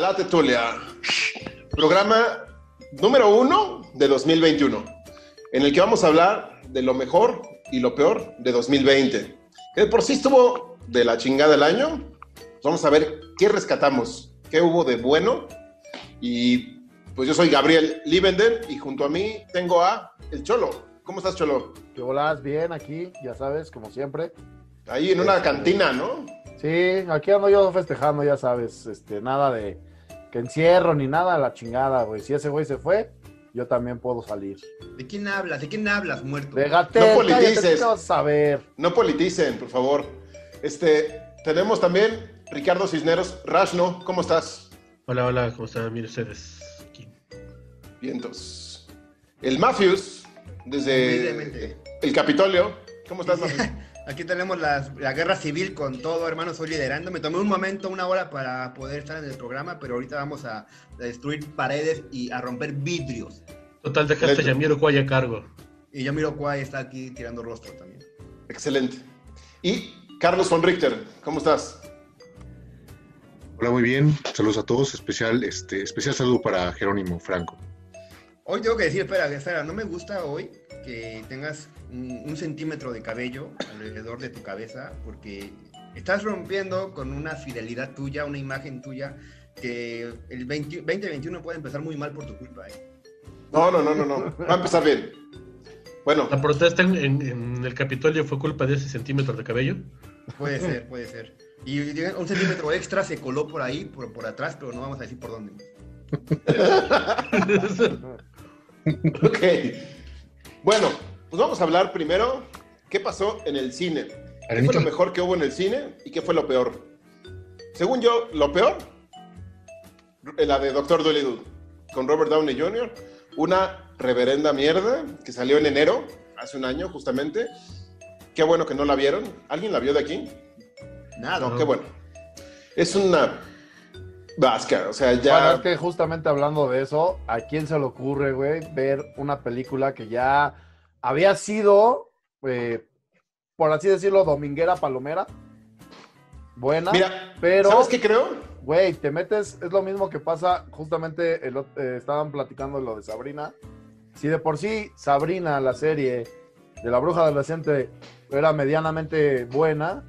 la Tetulia. Programa número uno de 2021, en el que vamos a hablar de lo mejor y lo peor de 2020. Que de por sí estuvo de la chingada el año. Pues vamos a ver qué rescatamos, qué hubo de bueno. Y pues yo soy Gabriel Libenden y junto a mí tengo a El Cholo. ¿Cómo estás, Cholo? ¿Qué volás? Bien, aquí, ya sabes, como siempre. Ahí en una cantina, ¿no? Sí, aquí ando yo festejando, ya sabes, este, nada de que encierro ni nada, la chingada, güey. Si ese güey se fue, yo también puedo salir. ¿De quién hablas? ¿De quién hablas, muerto? De Gatel, No politices. cállate, ¿qué vas a saber? No politicen, por favor. Este, tenemos también Ricardo Cisneros Rashno. ¿Cómo estás? Hola, hola, ¿cómo están? Miren ustedes. Aquí. Vientos. El Mafius, desde Humildemente. el Capitolio. ¿Cómo estás, Mafius? Aquí tenemos las- la guerra civil con todo, hermano, estoy liderando. Me tomé un momento, una hora para poder estar en el programa, pero ahorita vamos a destruir paredes y a romper vidrios. Total, dejaste a Leto. Yamiro Cuaya a cargo. Y yo miro cuál está aquí tirando rostro también. Excelente. Y Carlos von Richter, ¿cómo estás? Hola, muy bien. Saludos a todos. Especial, este, especial saludo para Jerónimo Franco. Hoy tengo que decir, espera, espera, no me gusta hoy que tengas un, un centímetro de cabello alrededor de tu cabeza, porque estás rompiendo con una fidelidad tuya, una imagen tuya, que el 20 2021 puede empezar muy mal por tu culpa. ¿eh? No, no, no, no, no. Va a empezar bien. Bueno, La protesta en, en- en el Capitolio fue culpa de ese centímetro de cabello. Puede ser, puede ser. Y un centímetro extra se coló por ahí, por, por atrás, pero no vamos a decir por dónde. ok. Bueno, pues vamos a hablar primero qué pasó en el cine. ¿Qué fue Arenita. lo mejor que hubo en el cine y qué fue lo peor? Según yo, lo peor, la de Doctor Dolittle con Robert Downey Jr., una reverenda mierda que salió en enero, hace un año justamente. Qué bueno que no la vieron. ¿Alguien la vio de aquí? Nada. No, qué bueno. Es una vasca, o sea, Bueno, ya... es que justamente hablando de eso, ¿a quién se le ocurre, güey, ver una película que ya había sido, eh, por así decirlo, dominguera palomera? Buena, Mira, pero... ¿sabes qué creo? Güey, te metes, es lo mismo que pasa, justamente el ot- eh, estaban platicando lo de Sabrina. Si de por sí Sabrina, la serie de la bruja adolescente, era medianamente buena.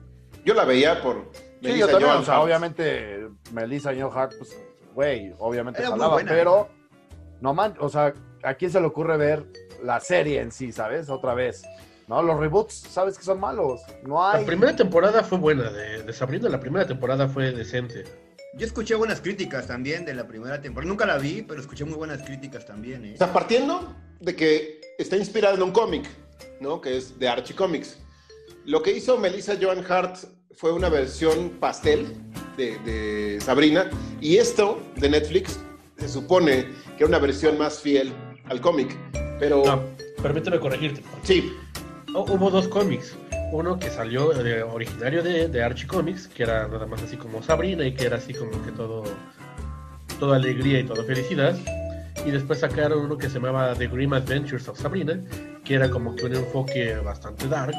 Yo la veía por... sí, Melissa yo también, Joan o sea, Hart. obviamente Melissa y Hart, pues, güey, obviamente Era muy jalaba, buena. ¿eh? pero no man, o sea, ¿a quién se le ocurre ver la serie en sí, sabes? Otra vez. No, los reboots, sabes que son malos. No hay. La primera temporada fue buena de, de Sabrina, la primera temporada fue decente. Yo escuché buenas críticas también de la primera temporada. Nunca la vi, pero escuché muy buenas críticas también. ¿eh? O sea, partiendo de que está inspirado en un cómic, ¿no? Que es de Archie Comics. Lo que hizo Melissa Joan Hart fue una versión pastel de, de Sabrina. Y esto de Netflix se supone que era una versión más fiel al cómic. Pero Ah, permíteme corregirte. sí, Oh, hubo dos cómics. Uno que salió eh, originario de, de Archie Comics, que era nada más así como Sabrina y que era así como que todo, toda alegría y toda felicidad. Y después sacaron uno que se llamaba The Grim Adventures of Sabrina, que era como que un enfoque bastante dark,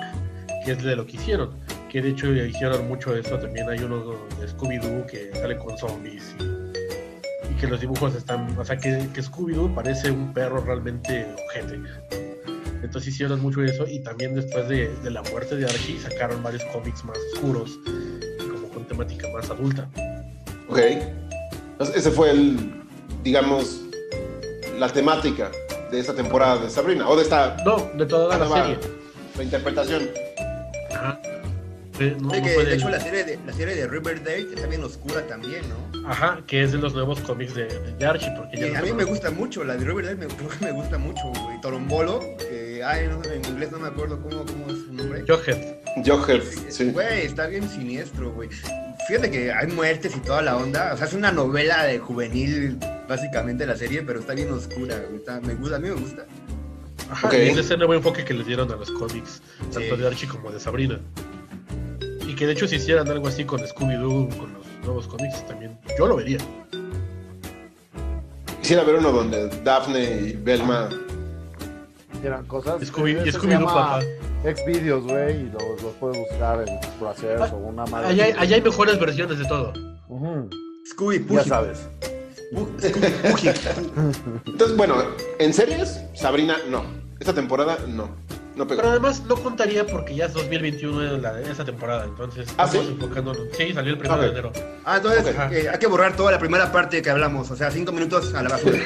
que es de lo que hicieron. Que de hecho hicieron mucho eso también. Hay uno de Scooby-Doo que sale con zombies y, y que los dibujos están. O sea, que, que Scooby-Doo parece un perro realmente ojete. Entonces hicieron mucho eso y también después de, de la muerte de Archie sacaron varios cómics más oscuros, como con temática más adulta. ok. Entonces, ese fue el, digamos, la temática de esta temporada de Sabrina. O de esta No, de toda la nueva serie. reinterpretación. Ajá. Eh, no, Oye, no que, fue de del- hecho, la serie de, la serie de Riverdale está bien oscura también, ¿no? Ajá, que es de los nuevos cómics de, de Archie, porque Y ya a no- mí me gusta mucho, la de Riverdale me, creo que me gusta mucho, güey. Torombolo, que, ay, no, en inglés no me acuerdo cómo, cómo es su nombre. Jughead. Joker, sí. Güey, está bien siniestro, güey. Fíjate que hay muertes y toda la onda. O sea, es una novela de juvenil, básicamente, la serie, pero está bien oscura, güey. Está- me gusta, a mí me gusta. Ajá, Ok. y es ese nuevo enfoque que les dieron a los cómics, tanto Sí. de Archie como de Sabrina. Y que de hecho si hicieran algo así con Scooby-Doo, con los nuevos cómics también, yo lo vería. Quisiera ver uno donde Daphne y Velma eran cosas. Scooby- Eso se Scooby-Doo, llama papá. Xvideos, güey, y los, los puedes buscar en Brasers o una madre. Allá hay, allá hay mejores versiones de todo. Ujú. Scooby Ya Poogie. sabes. Pu- Scooby Poogie. Entonces, bueno, en series, Sabrina no. Esta temporada no. No pegó. Pero además no contaría porque ya es 2021 en la de esa temporada, entonces ¿Ah, estamos sí? enfocándonos. Sí, salió el primero Ok. de enero. Ah, entonces Ok. eh, hay que borrar toda la primera parte que hablamos, o sea, cinco minutos a la basura.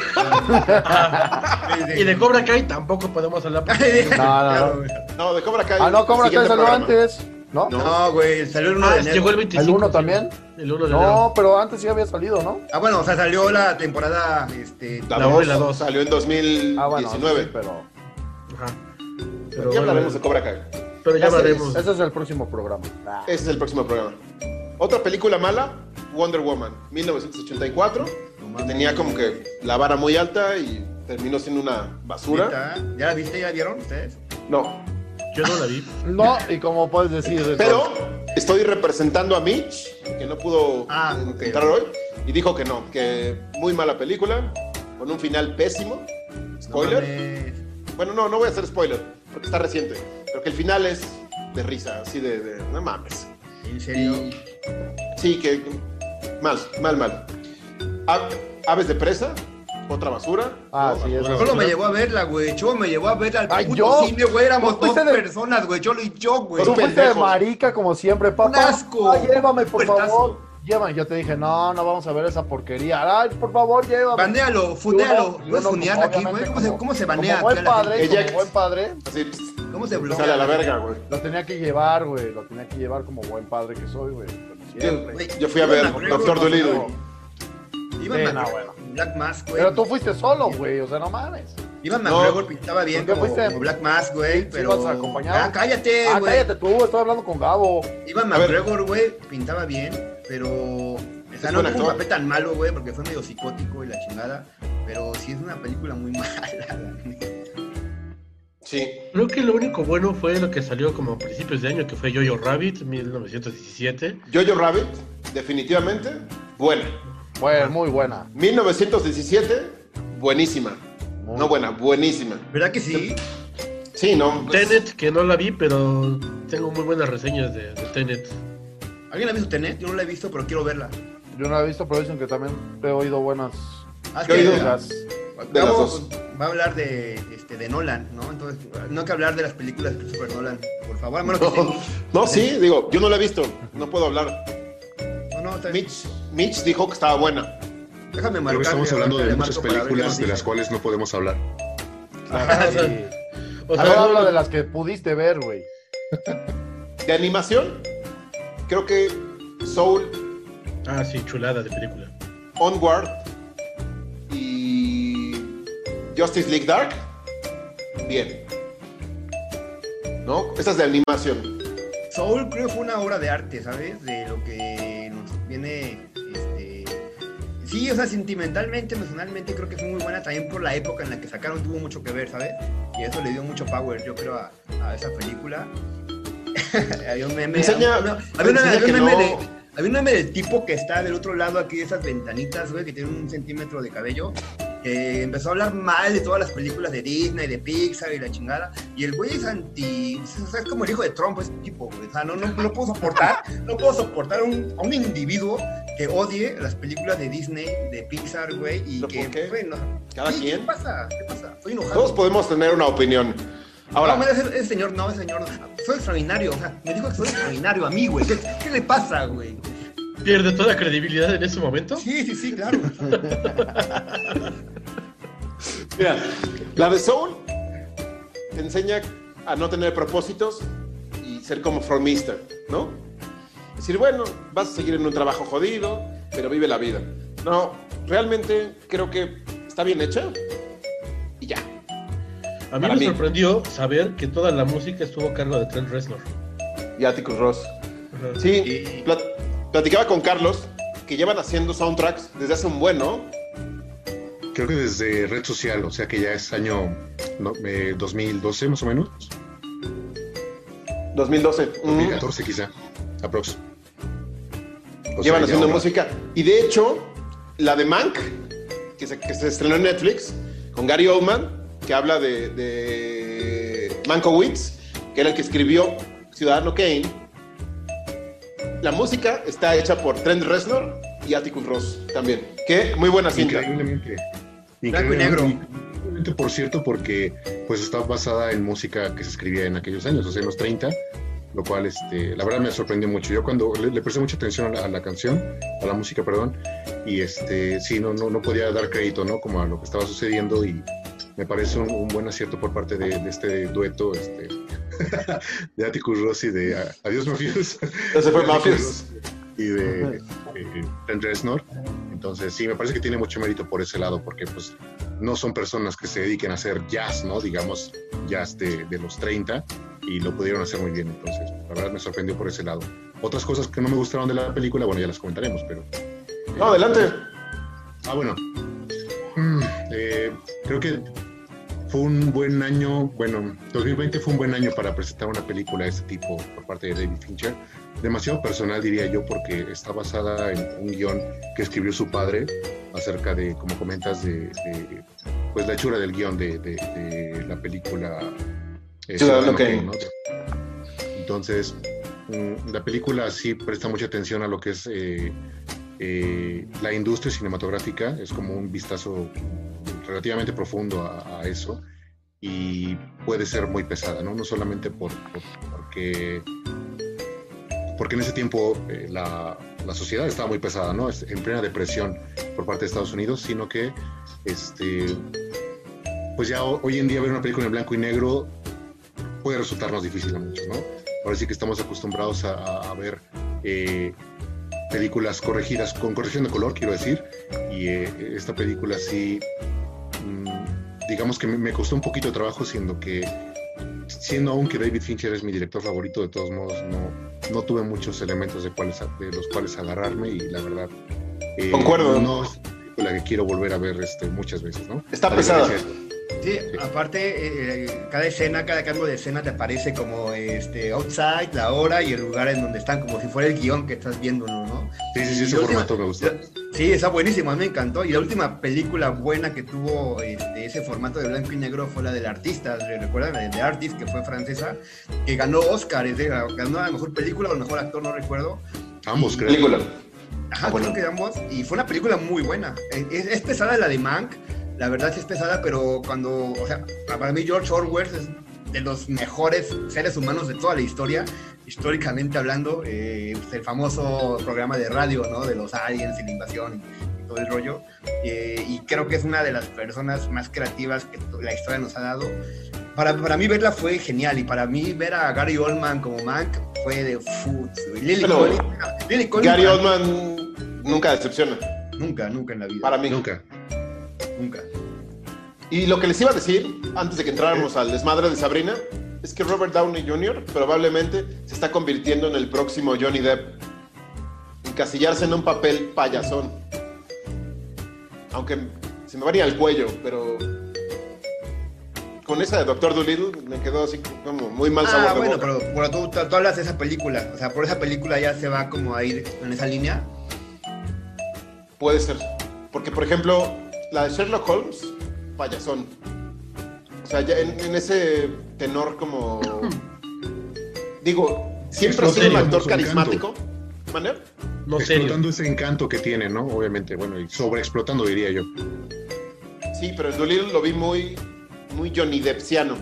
Y de Cobra Kai tampoco podemos hablar porque No, no, no. No, de Cobra Kai. Ah, no, Cobra Kai siguiente salió programa. antes. ¿No? No. No, güey, salió el 1 de Ah, enero. llegó el 25. ¿El uno sí. también? El 1 de enero. No, pero antes sí había salido, ¿no? Ah, bueno, o sea, salió la temporada, este... La La 2 uno y la dos. salió en Ah, bueno, 2019. sí, pero Ajá. ya Pero, bueno, hablaremos de Cobra Kai. pero Ese ya es- hablaremos. ese es el próximo programa. Ah. Ese es el próximo programa. Otra película mala, Wonder Woman, 1984. No que mames. tenía como que la vara muy alta y terminó siendo una basura. ¿Neta? ¿Ya la viste? ¿Ya la vieron ustedes? No. Yo no la vi. No, y como puedes decir, eso- Pero estoy representando a Mitch, que no pudo Ah, ok. entrar hoy, y dijo que no, que muy mala película, con un final pésimo. Spoiler. No Bueno, no, no voy a hacer spoiler, porque está reciente. Pero que el final es de risa, así de, de- no mames. mames, en serio. Sí, que mal, mal, mal. A- Aves de presa, otra basura. Ah, ¿no? sí, eso Solo sí. me llevó a verla, güey. Yo me llevó a verla al Ay, puto yo. cine, güey. Éramos Tú dos fuiste de- personas, güey. Cholo y yo, güey. Tú fuiste de pendejos. marica como siempre, Un papá. asco. Ay, llévame, por Puertazo. favor. Llévame. Yo te dije, no, no vamos a ver esa porquería. Ay, por favor, llévame. Banealo, funealo. Yo No Pues es no, funear como aquí, güey. obviamente ¿Cómo se, como- ¿Cómo se Como banea aquí a buen la padre, gente? gente. como buen padre, Así, pss, ¿Cómo se sale a la bloquea? verga, güey. lo tenía que llevar, güey. Lo tenía que llevar como buen padre que soy, güey. como siempre. Güey, Yo fui a Iban ver McGregor, Doctor Dolittle. Iban Sí, McGregor, no, bueno. Black Mask, güey. Pero tú fuiste solo, güey. O sea, no mames. Iban No. McGregor pintaba bien ¿Por qué como, fuiste? como Black Mask, güey, Sí, pero... ibas acompañado. Ah, cállate, Ah, güey. cállate tú. Estoy hablando con Gabo. Iban A ver. McGregor, güey, pintaba bien, pero... O sea, Es buen no fue un actor. papel tan malo, güey, porque fue medio psicótico y la chingada. Pero sí es una película muy mala, la neta. Sí. Creo que lo único bueno fue lo que salió como a principios de año, que fue Jojo Rabbit, 1917. Jojo Rabbit, definitivamente, buena. Pues muy buena. 1917, buenísima. Muy No buena, buenísima. ¿Verdad que sí? Sí, no. pues, Tenet, que no la vi, pero tengo muy buenas reseñas de, de Tenet. ¿Alguien la ha visto Tenet? Yo no la he visto, pero quiero verla. Yo no la he visto, pero dicen que también te he oído buenas Ah, es Yo he que- oído cosas. De las Gabo, dos. pues, Va a hablar de, este, de Nolan, ¿no? Entonces, no hay que hablar de las películas de Christopher Nolan, por favor, a menos que no, sea- no, sí, digo, yo no la he visto, no puedo hablar. No, no, está bien. Mitch, Mitch dijo que estaba buena. déjame Pero marcar. estamos hablando de le muchas marco para ver películas qué de nos las dice. cuales no podemos hablar. Ah, Claro, Ajá. sí. O A sea, ver, no- habla de las que pudiste ver, güey. De animación, creo que Soul, Ah, sí, chulada de película. Onward y Justice League Dark, bien. ¿No? Esta es de animación. Soul creo fue una obra de arte, ¿sabes? De lo que nos viene, este... Sí, o sea, sentimentalmente, emocionalmente, creo que fue muy buena también por la época en la que sacaron, tuvo mucho que ver, ¿sabes? Y eso le dio mucho power, yo creo, a, a esa película. había un meme, Enseña- había un- había un- enseña había un que meme no. de, había un meme del tipo que está del otro lado aquí de esas ventanitas, güey, que tiene un centímetro de cabello, que empezó a hablar mal de todas las películas de Disney, de Pixar y la chingada. Y el güey es anti. O sea, es como el hijo de Trump, ese tipo, güey. O sea, no, no, no puedo soportar, no puedo soportar a un, a un individuo que odie las películas de Disney, de Pixar, güey, y ¿Pero que, por qué? güey, no. Cada Sí, ¿Qué quien. pasa? ¿Qué pasa? Estoy enojado. Todos podemos tener una opinión. Ahora, No, mira, ese, ese señor no, ese señor no. Soy extraordinario, o sea, me dijo que soy extraordinario a mí, güey. ¿Qué, qué le pasa, güey? Pierde toda credibilidad en ese momento. Sí, sí, sí, claro. Mira, la de Soul te enseña a no tener propósitos y ser conformista, ¿no? Es decir, bueno, vas a seguir en un trabajo jodido, pero vive la vida. No, realmente creo que está bien hecha y ya. A mí Para me mí. sorprendió saber que toda la música estuvo a cargo de Trent Reznor. Y Atticus Ross. Ajá. Sí, Y- plat- platicaba con Carlos que llevan haciendo soundtracks desde hace un buen, ¿no? Creo que desde red social, o sea que ya es año no, eh, 2012 más o menos, 2012. Ujú. 2014 quizá, aprox. O sea, Llevan ya haciendo ahora- música. Y de hecho, la de Mank, que se, que se estrenó en Netflix, con Gary Oldman, que habla de, de Mankiewicz, que era el que escribió Ciudadano Kane. La música está hecha por Trent Reznor y Atticus Ross también. Que muy buena cinta. Increíblemente. Blanco y negro. increíblemente, Por cierto, porque pues está basada en música que se escribía en aquellos años, o sea, en los 30, lo cual, este, la verdad me sorprendió mucho. Yo cuando le, le presté mucha atención a la, a la canción, a la música, perdón, y este, sí, no, no, no podía dar crédito, ¿no? Como a lo que estaba sucediendo y me parece un, un buen acierto por parte de, de este dueto, este, de Atticus Ross y de a- Adiós Mafios. Ese fue de Mafios. Atticus Ross Y de eh, Trent Reznor. Entonces, sí, me parece que tiene mucho mérito por ese lado, porque pues no son personas que se dediquen a hacer jazz, ¿no? Digamos, jazz de, de los 30 y lo pudieron hacer muy bien. Entonces, la verdad me sorprendió por ese lado. Otras cosas que no me gustaron de la película, bueno, ya las comentaremos, pero... eh, No, adelante. Ah, bueno. Mm, eh, creo que fue un buen año, bueno, 2020 fue un buen año para presentar una película de este tipo por parte de David Fincher. Demasiado personal, diría yo, porque está basada en un guión que escribió su padre acerca de, como comentas, de, de, pues la hechura del guión de, de- de la película eh, Ciudadano Kane. ¿no? Entonces, mm, la película sí presta mucha atención a lo que es eh, eh, la industria cinematográfica es como un vistazo relativamente profundo a, a eso y puede ser muy pesada, ¿no? No solamente por, por- porque, porque en ese tiempo eh, la, la sociedad estaba muy pesada, ¿no? Es- En plena depresión por parte de Estados Unidos, sino que este, pues ya ho- hoy en día ver una película en blanco y negro puede resultarnos difícil a muchos, ¿no? Ahora sí que estamos acostumbrados a, a- a ver eh, películas corregidas, con corrección de color, quiero decir. Y eh, esta película sí, mm, digamos que me, me costó un poquito de trabajo, siendo que, siendo aún que David Fincher es mi director favorito, de todos modos, no, no tuve muchos elementos de, cuales, de los cuales agarrarme y la verdad... eh, Concuerdo. No es una película que quiero volver a ver este, muchas veces, ¿no? Está A pesada. diferencia de- Sí, aparte, eh, eh, cada escena, cada cambio de escena te aparece como este, outside, la hora y el lugar en donde están, como si fuera el guión que estás viendo, ¿no? Sí, sí, sí, Y ese la última- formato me gusta. Sí, está buenísimo, a mí me encantó. Y la última película buena que tuvo este, ese formato de blanco y negro fue la del artista, ¿se ¿recuerdan? La de The Artist, que fue francesa, que ganó Oscar, es de- ganó la mejor película o mejor actor, no recuerdo. Ambos, creo. Película. Ajá, Ah, bueno. creo que ambos. Y fue una película muy buena. Eh, Es, es pesada la de Mank, la verdad sí es pesada, pero cuando, o sea, para mí George Orwell es de los mejores seres humanos de toda la historia, históricamente hablando, eh, pues, el famoso programa de radio, ¿no? De los aliens y la invasión y todo el rollo. Eh, y creo que es una de las personas más creativas que to- la historia nos ha dado. Para, para mí verla fue genial y para mí ver a Gary Oldman como Mank fue de fut. Y Lily Bueno, Collins- Lily Collins Gary para mí- Oldman nunca decepciona. Nunca, nunca en la vida. Para mí. Nunca. Nunca. Y lo que les iba a decir, antes de que entráramos al desmadre de Sabrina, es que Robert Downey Jr. probablemente se está convirtiendo en el próximo Johnny Depp. Encasillarse en un papel payasón. Aunque se me va a ir al cuello, pero. Con esa de Doctor Dolittle me quedó así como muy mal sabor Ah, de bueno, boca. pero, pero tú, tú- tú hablas de esa película. O sea, por esa película ya se va como a ir en esa línea. Puede ser. Porque, por ejemplo, la de Sherlock Holmes, payasón. O sea, ya en, en ese tenor como... Digo, siempre ha Es sido un serio, actor su encanto. carismático. ¿Mané? No serio. explotando ese encanto que tiene, ¿no? Obviamente, bueno, y sobreexplotando, diría yo. Sí, pero en Dolittle lo vi muy, muy Johnny Deppsiano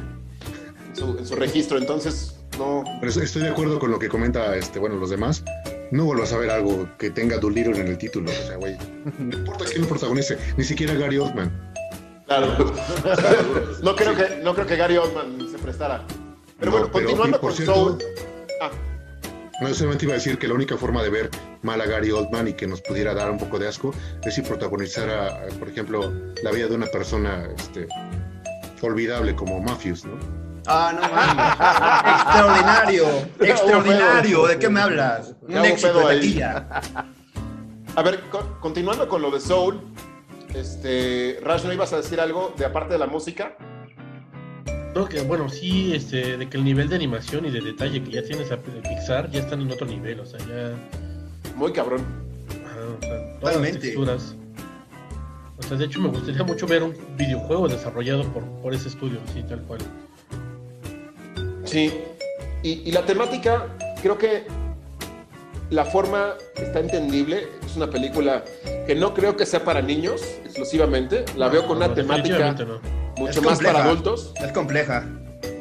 en su, en su registro. Entonces, no... Pero es- estoy de acuerdo con lo que comenta, este, bueno, los demás. No vuelvas a ver algo que tenga Dolittle en el título. O sea, güey, no importa quién lo protagonice, ni siquiera Gary Oldman. Claro. no, creo que, no creo que Gary Oldman se prestara. Pero No, bueno, pero, continuando y por con cierto- Soul... Ah, No solamente iba a decir que la única forma de ver mal a Gary Oldman y que nos pudiera dar un poco de asco es si protagonizara, por ejemplo, la vida de una persona este, olvidable como Mafius, ¿no? Ah, no mames. extraordinario. extraordinario. ¿De qué me hablas? Un Ya hubo éxito pedo de ahí. taquilla. A ver, co- continuando con lo de Soul, este, Rash, ¿no ibas a decir algo de aparte de la música? No, que bueno, sí, este, de que el nivel de animación y de detalle que ya tienes a de Pixar ya están en otro nivel, o sea, ya. Muy cabrón. ajá, o sea, todas las Totalmente. texturas. O sea, de hecho, me gustaría mucho ver un videojuego desarrollado por, por ese estudio, sí, tal cual. Sí. Y, y la temática, creo que la forma está entendible. Es una película que no creo que sea para niños exclusivamente. La veo con una No, temática definitivamente no. mucho Es más para compleja. adultos. Es compleja.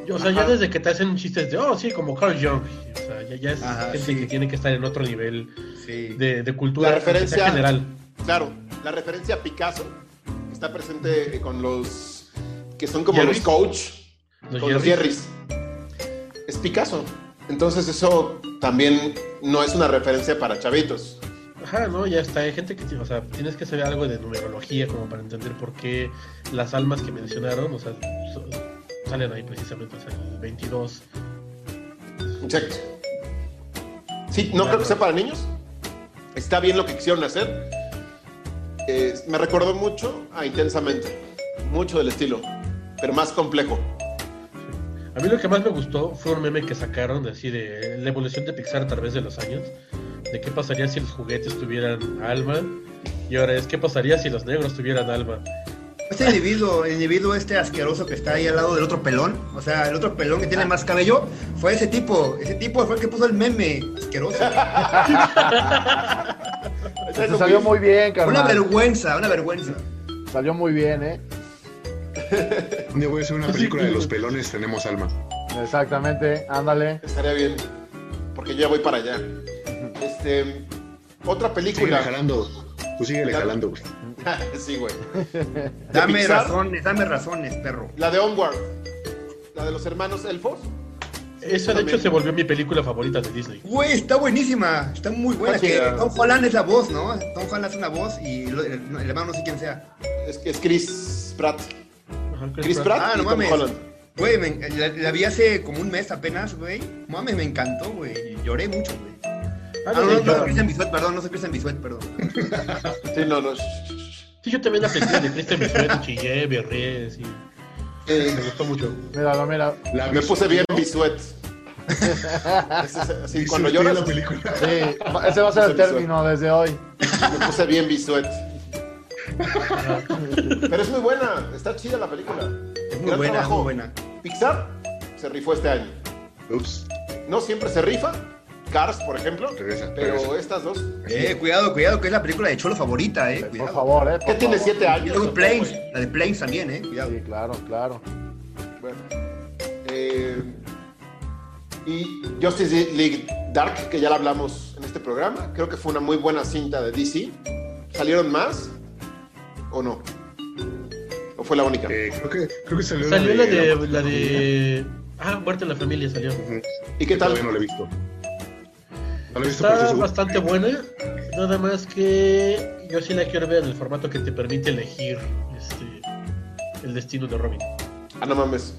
Yo, o sea, Ajá. ya desde que te hacen chistes de, oh, sí, como Carl Jung. O sea, ya, ya es Ajá, gente sí. que tiene que estar en otro nivel Sí. de, de cultura La aunque sea referencia- general. Claro, la referencia a Picasso está presente eh, con los que son como Jerrys. los coach, Los con los Jerrys. Jerrys. Es Picasso. Entonces eso también no es una referencia para chavitos. Ajá, no, ya está. Hay gente que, o sea, tienes que saber algo de numerología como para entender por qué las almas que mencionaron, o sea, so- salen ahí precisamente, o sea, el 22. Exacto. Sí, no creo que sea para niños. Está bien lo que quisieron hacer. Eh, me recordó mucho a Intensamente. Mucho del estilo, pero más complejo. A mí lo que más me gustó fue un meme que sacaron de así de la evolución de Pixar a través de los años, de qué pasaría si los juguetes tuvieran alma y ahora es qué pasaría si los negros tuvieran alma. Este individuo, el individuo este asqueroso que está ahí al lado del otro pelón, o sea, el otro pelón que tiene más cabello, fue ese tipo. Ese tipo fue el que puso el meme asqueroso. Te Este salió muy bien, Una carnal. vergüenza, una vergüenza. Salió muy bien, ¿eh? Un día voy a hacer una película de los pelones, tenemos alma. Exactamente, ándale. Estaría bien, porque yo ya voy para allá. Este, otra Sigue película. jalando. Tú sigue Claro. jalando, güey. sí, güey. ¿De Dame Pixar? razones, dame razones, perro. La de Onward. La de los hermanos elfos. Esa de hecho también. se volvió mi película favorita de Disney. Güey, está buenísima, está muy buena. Está que chida. Tom Holland es la voz, ¿no? Tom Holland es una voz y lo- el, el hermano no sé quién sea. Es que es Chris Pratt. Ajá, Chris Pratt Ah, y no Tom mames. Holland. Güey, me en- la, la vi hace como un mes apenas, güey. Mames, me encantó, güey. y Lloré mucho, güey. Ah, Ah, no, no, sí, no, no, yo- soy Christian Bisuet, perdón, no soy Christian Bisuet, perdón. Sí, no, no. shh. sí, yo también la película de Christian Bisuet, chillé, berré, sí. Eh, Me gustó mucho. Míralo, mira. La me vi- puse bien bisuet. Ese es así, y cuando surtí lloras, la película. Sí, va- ese va a ser el término desde hoy. me puse bien bisuet. Pero es muy buena, está chida la película. Es muy Gran buena, trabajo. muy buena. Pixar se rifó este año. Ups, No siempre se rifa. Cars, por ejemplo. Regresa, pero regresa. estas dos. Eh, cuidado, cuidado, que es la película de Cholo favorita, eh. Por Cuidado. favor, ¿eh? ¿Qué Por tiene favor. siete Y años? luego Planes, la de Planes también, eh. Cuidado. Sí, claro, claro. Bueno. Eh, y Justice League Dark, que ya la hablamos en este programa, creo que fue una muy buena cinta de DC. ¿Salieron más o no? ¿O fue la única? eh, creo, que, creo que salió, Salió la de, Muerte la de... Ah, Muerte en la Familia salió. Ujú. ¿Y qué tal? Todavía no la he visto. No la he visto, pero estoy Está seguro. bastante buena, nada más que yo sí la quiero ver en el formato que te permite elegir este, el destino de Robin. Ah, no mames.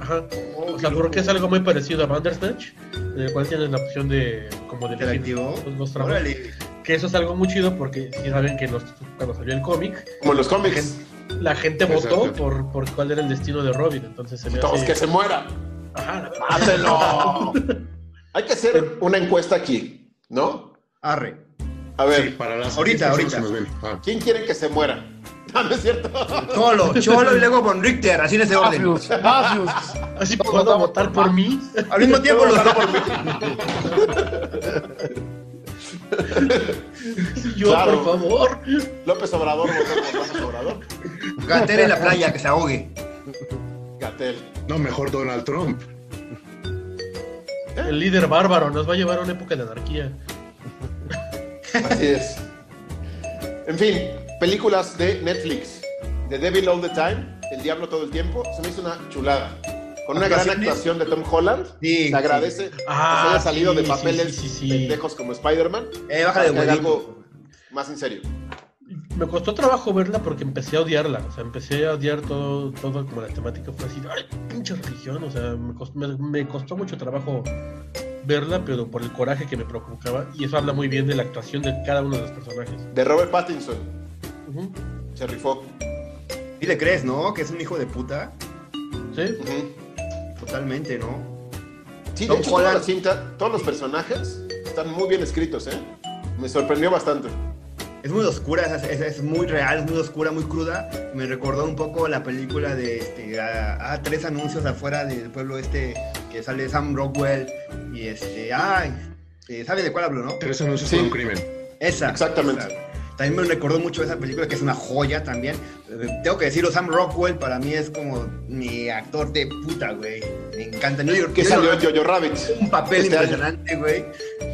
Ajá. Oh, O sea, porque es algo muy parecido a Bandersnatch, en el cual tienes la opción de como de ¿Te la elegir activó? los, los tramos. Órale. Que eso es algo muy chido porque si saben que los- cuando salió el cómic, Como en los cómics. la gente Exacto. votó por, por cuál era el destino de Robin, entonces se me Todos hace- que se muera. Ajá, ¡Mátelo! Hay que hacer una encuesta aquí, ¿no? Arre. A ver, Sí, para las Ahorita, personas que ahorita. nos ven. Ah, ¿quién quiere que se muera? No, no es cierto. Cholo, Cholo y luego Von Richter, así en Ah, ese orden. Mafius, Mafius. así puedo votar por mí. Al mismo tiempo los dos. Yo, Claro. por favor. López Obrador votó por López Obrador. Gater en la playa, que se ahogue. Gatel. Ah, no, mejor Donald Trump. El líder bárbaro nos va a llevar a una época de anarquía. Así es. En fin, películas de Netflix. The Devil All the Time, El Diablo Todo el Tiempo, se me hizo una chulada. Con una gran Actuaciones. actuación de Tom Holland, Sí, se agradece que Ah, se haya salido sí, de sí, papeles sí, sí, sí. pendejos como Spider-Man Eh, baja para de Ah, que haga huevo. algo más en serio. Me costó trabajo verla porque empecé a odiarla. O sea, empecé a odiar todo, todo como la temática fue así. ¡Ay, pinche religión! O sea, me costó, me- me costó mucho trabajo verla, pero por el coraje que me provocaba. Y eso habla muy bien de la actuación de cada uno de los personajes. De Robert Pattinson, Ujú. se rifó. ¿Y le crees, no? Que es un hijo de puta. ¿Sí? Ujú. Totalmente, ¿no? Sí, de Tom hecho, toda la Holland. cinta, todos los personajes están muy bien escritos, ¿eh? Me sorprendió bastante. Es muy oscura, es, es- es muy real, es muy oscura, muy cruda. Me recordó un poco la película de este, ah, ah, tres anuncios afuera del pueblo este que sale Sam Rockwell y este, ay, Eh, ¿Sabe de cuál hablo, no? Tres anuncios Sí. por un crimen. Esa. Exactamente. esa. También me recordó mucho esa película, que es una joya también. Eh, Tengo que decirlo, Sam Rockwell para mí es como mi actor de puta, güey. Me encanta. No, yo- Que yo- salió en Jojo Rabbit. un papel Este año. impresionante, güey.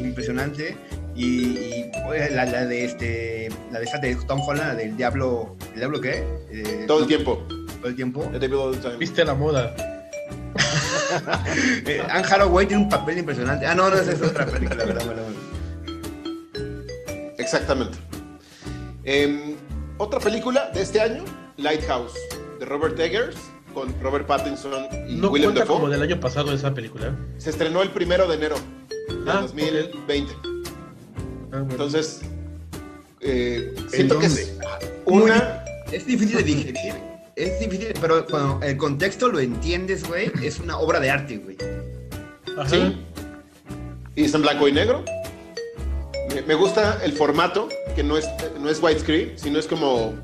Impresionante. Y, y, oye, la, la de este. La de esa de Tom Holland, la del Diablo. ¿El Diablo qué? Eh, Todo el tiempo. Todo el tiempo. The Devil All the Time. Viste la moda. Eh, Anne Hathaway tiene un papel impresionante. Ah, no, no, esa es otra película, verdad, bueno, bueno. Exactamente. Em, otra película de este año, Lighthouse, de Robert Eggers, con Robert Pattinson y No William cuenta Dafoe. como del año pasado esa película. Se estrenó el primero de enero de Ah, 2020. Ah, bueno. Entonces, eh, siento que es Muy una... Es difícil de digerir. Es difícil, pero cuando el contexto lo entiendes, güey, es una obra de arte, güey. Ajá. Sí. Y es en blanco y negro. Me, me gusta el formato, que no es, no es widescreen, sino es como...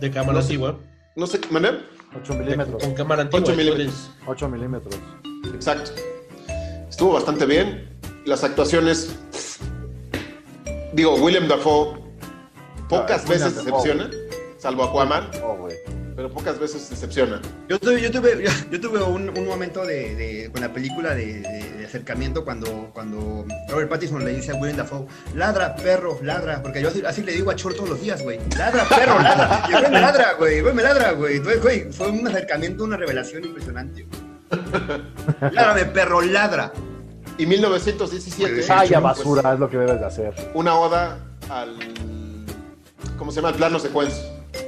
De cámara No sé. antigua. No sé, ¿mané? 8 De- milímetros. Con cámara antigua. 8 entonces, milímetros. 8 milímetros. Exacto. Estuvo bastante bien. Las actuaciones. Digo, William Dafoe pocas Ah, Willem veces Dafoe. decepciona, salvo Aquaman, Oh, güey. pero pocas veces decepciona. Yo tuve, yo tuve, yo, yo tuve un, un momento de, de- con la película de, de- de acercamiento cuando, cuando Robert Pattinson le dice a Willem Dafoe, ladra, perro, ladra, porque yo así, así le digo a Chor todos los días, güey, ladra, perro, ladra, y el güey me ladra, güey, el güey me ladra, güey, Entonces, güey, fue un acercamiento, una revelación impresionante, güey. Ládrame, perro, ladra. Y 1917, Ah, Vaya pues, no, basura es lo que debes de hacer. una oda al. ¿Cómo se llama? Al plano secuencia,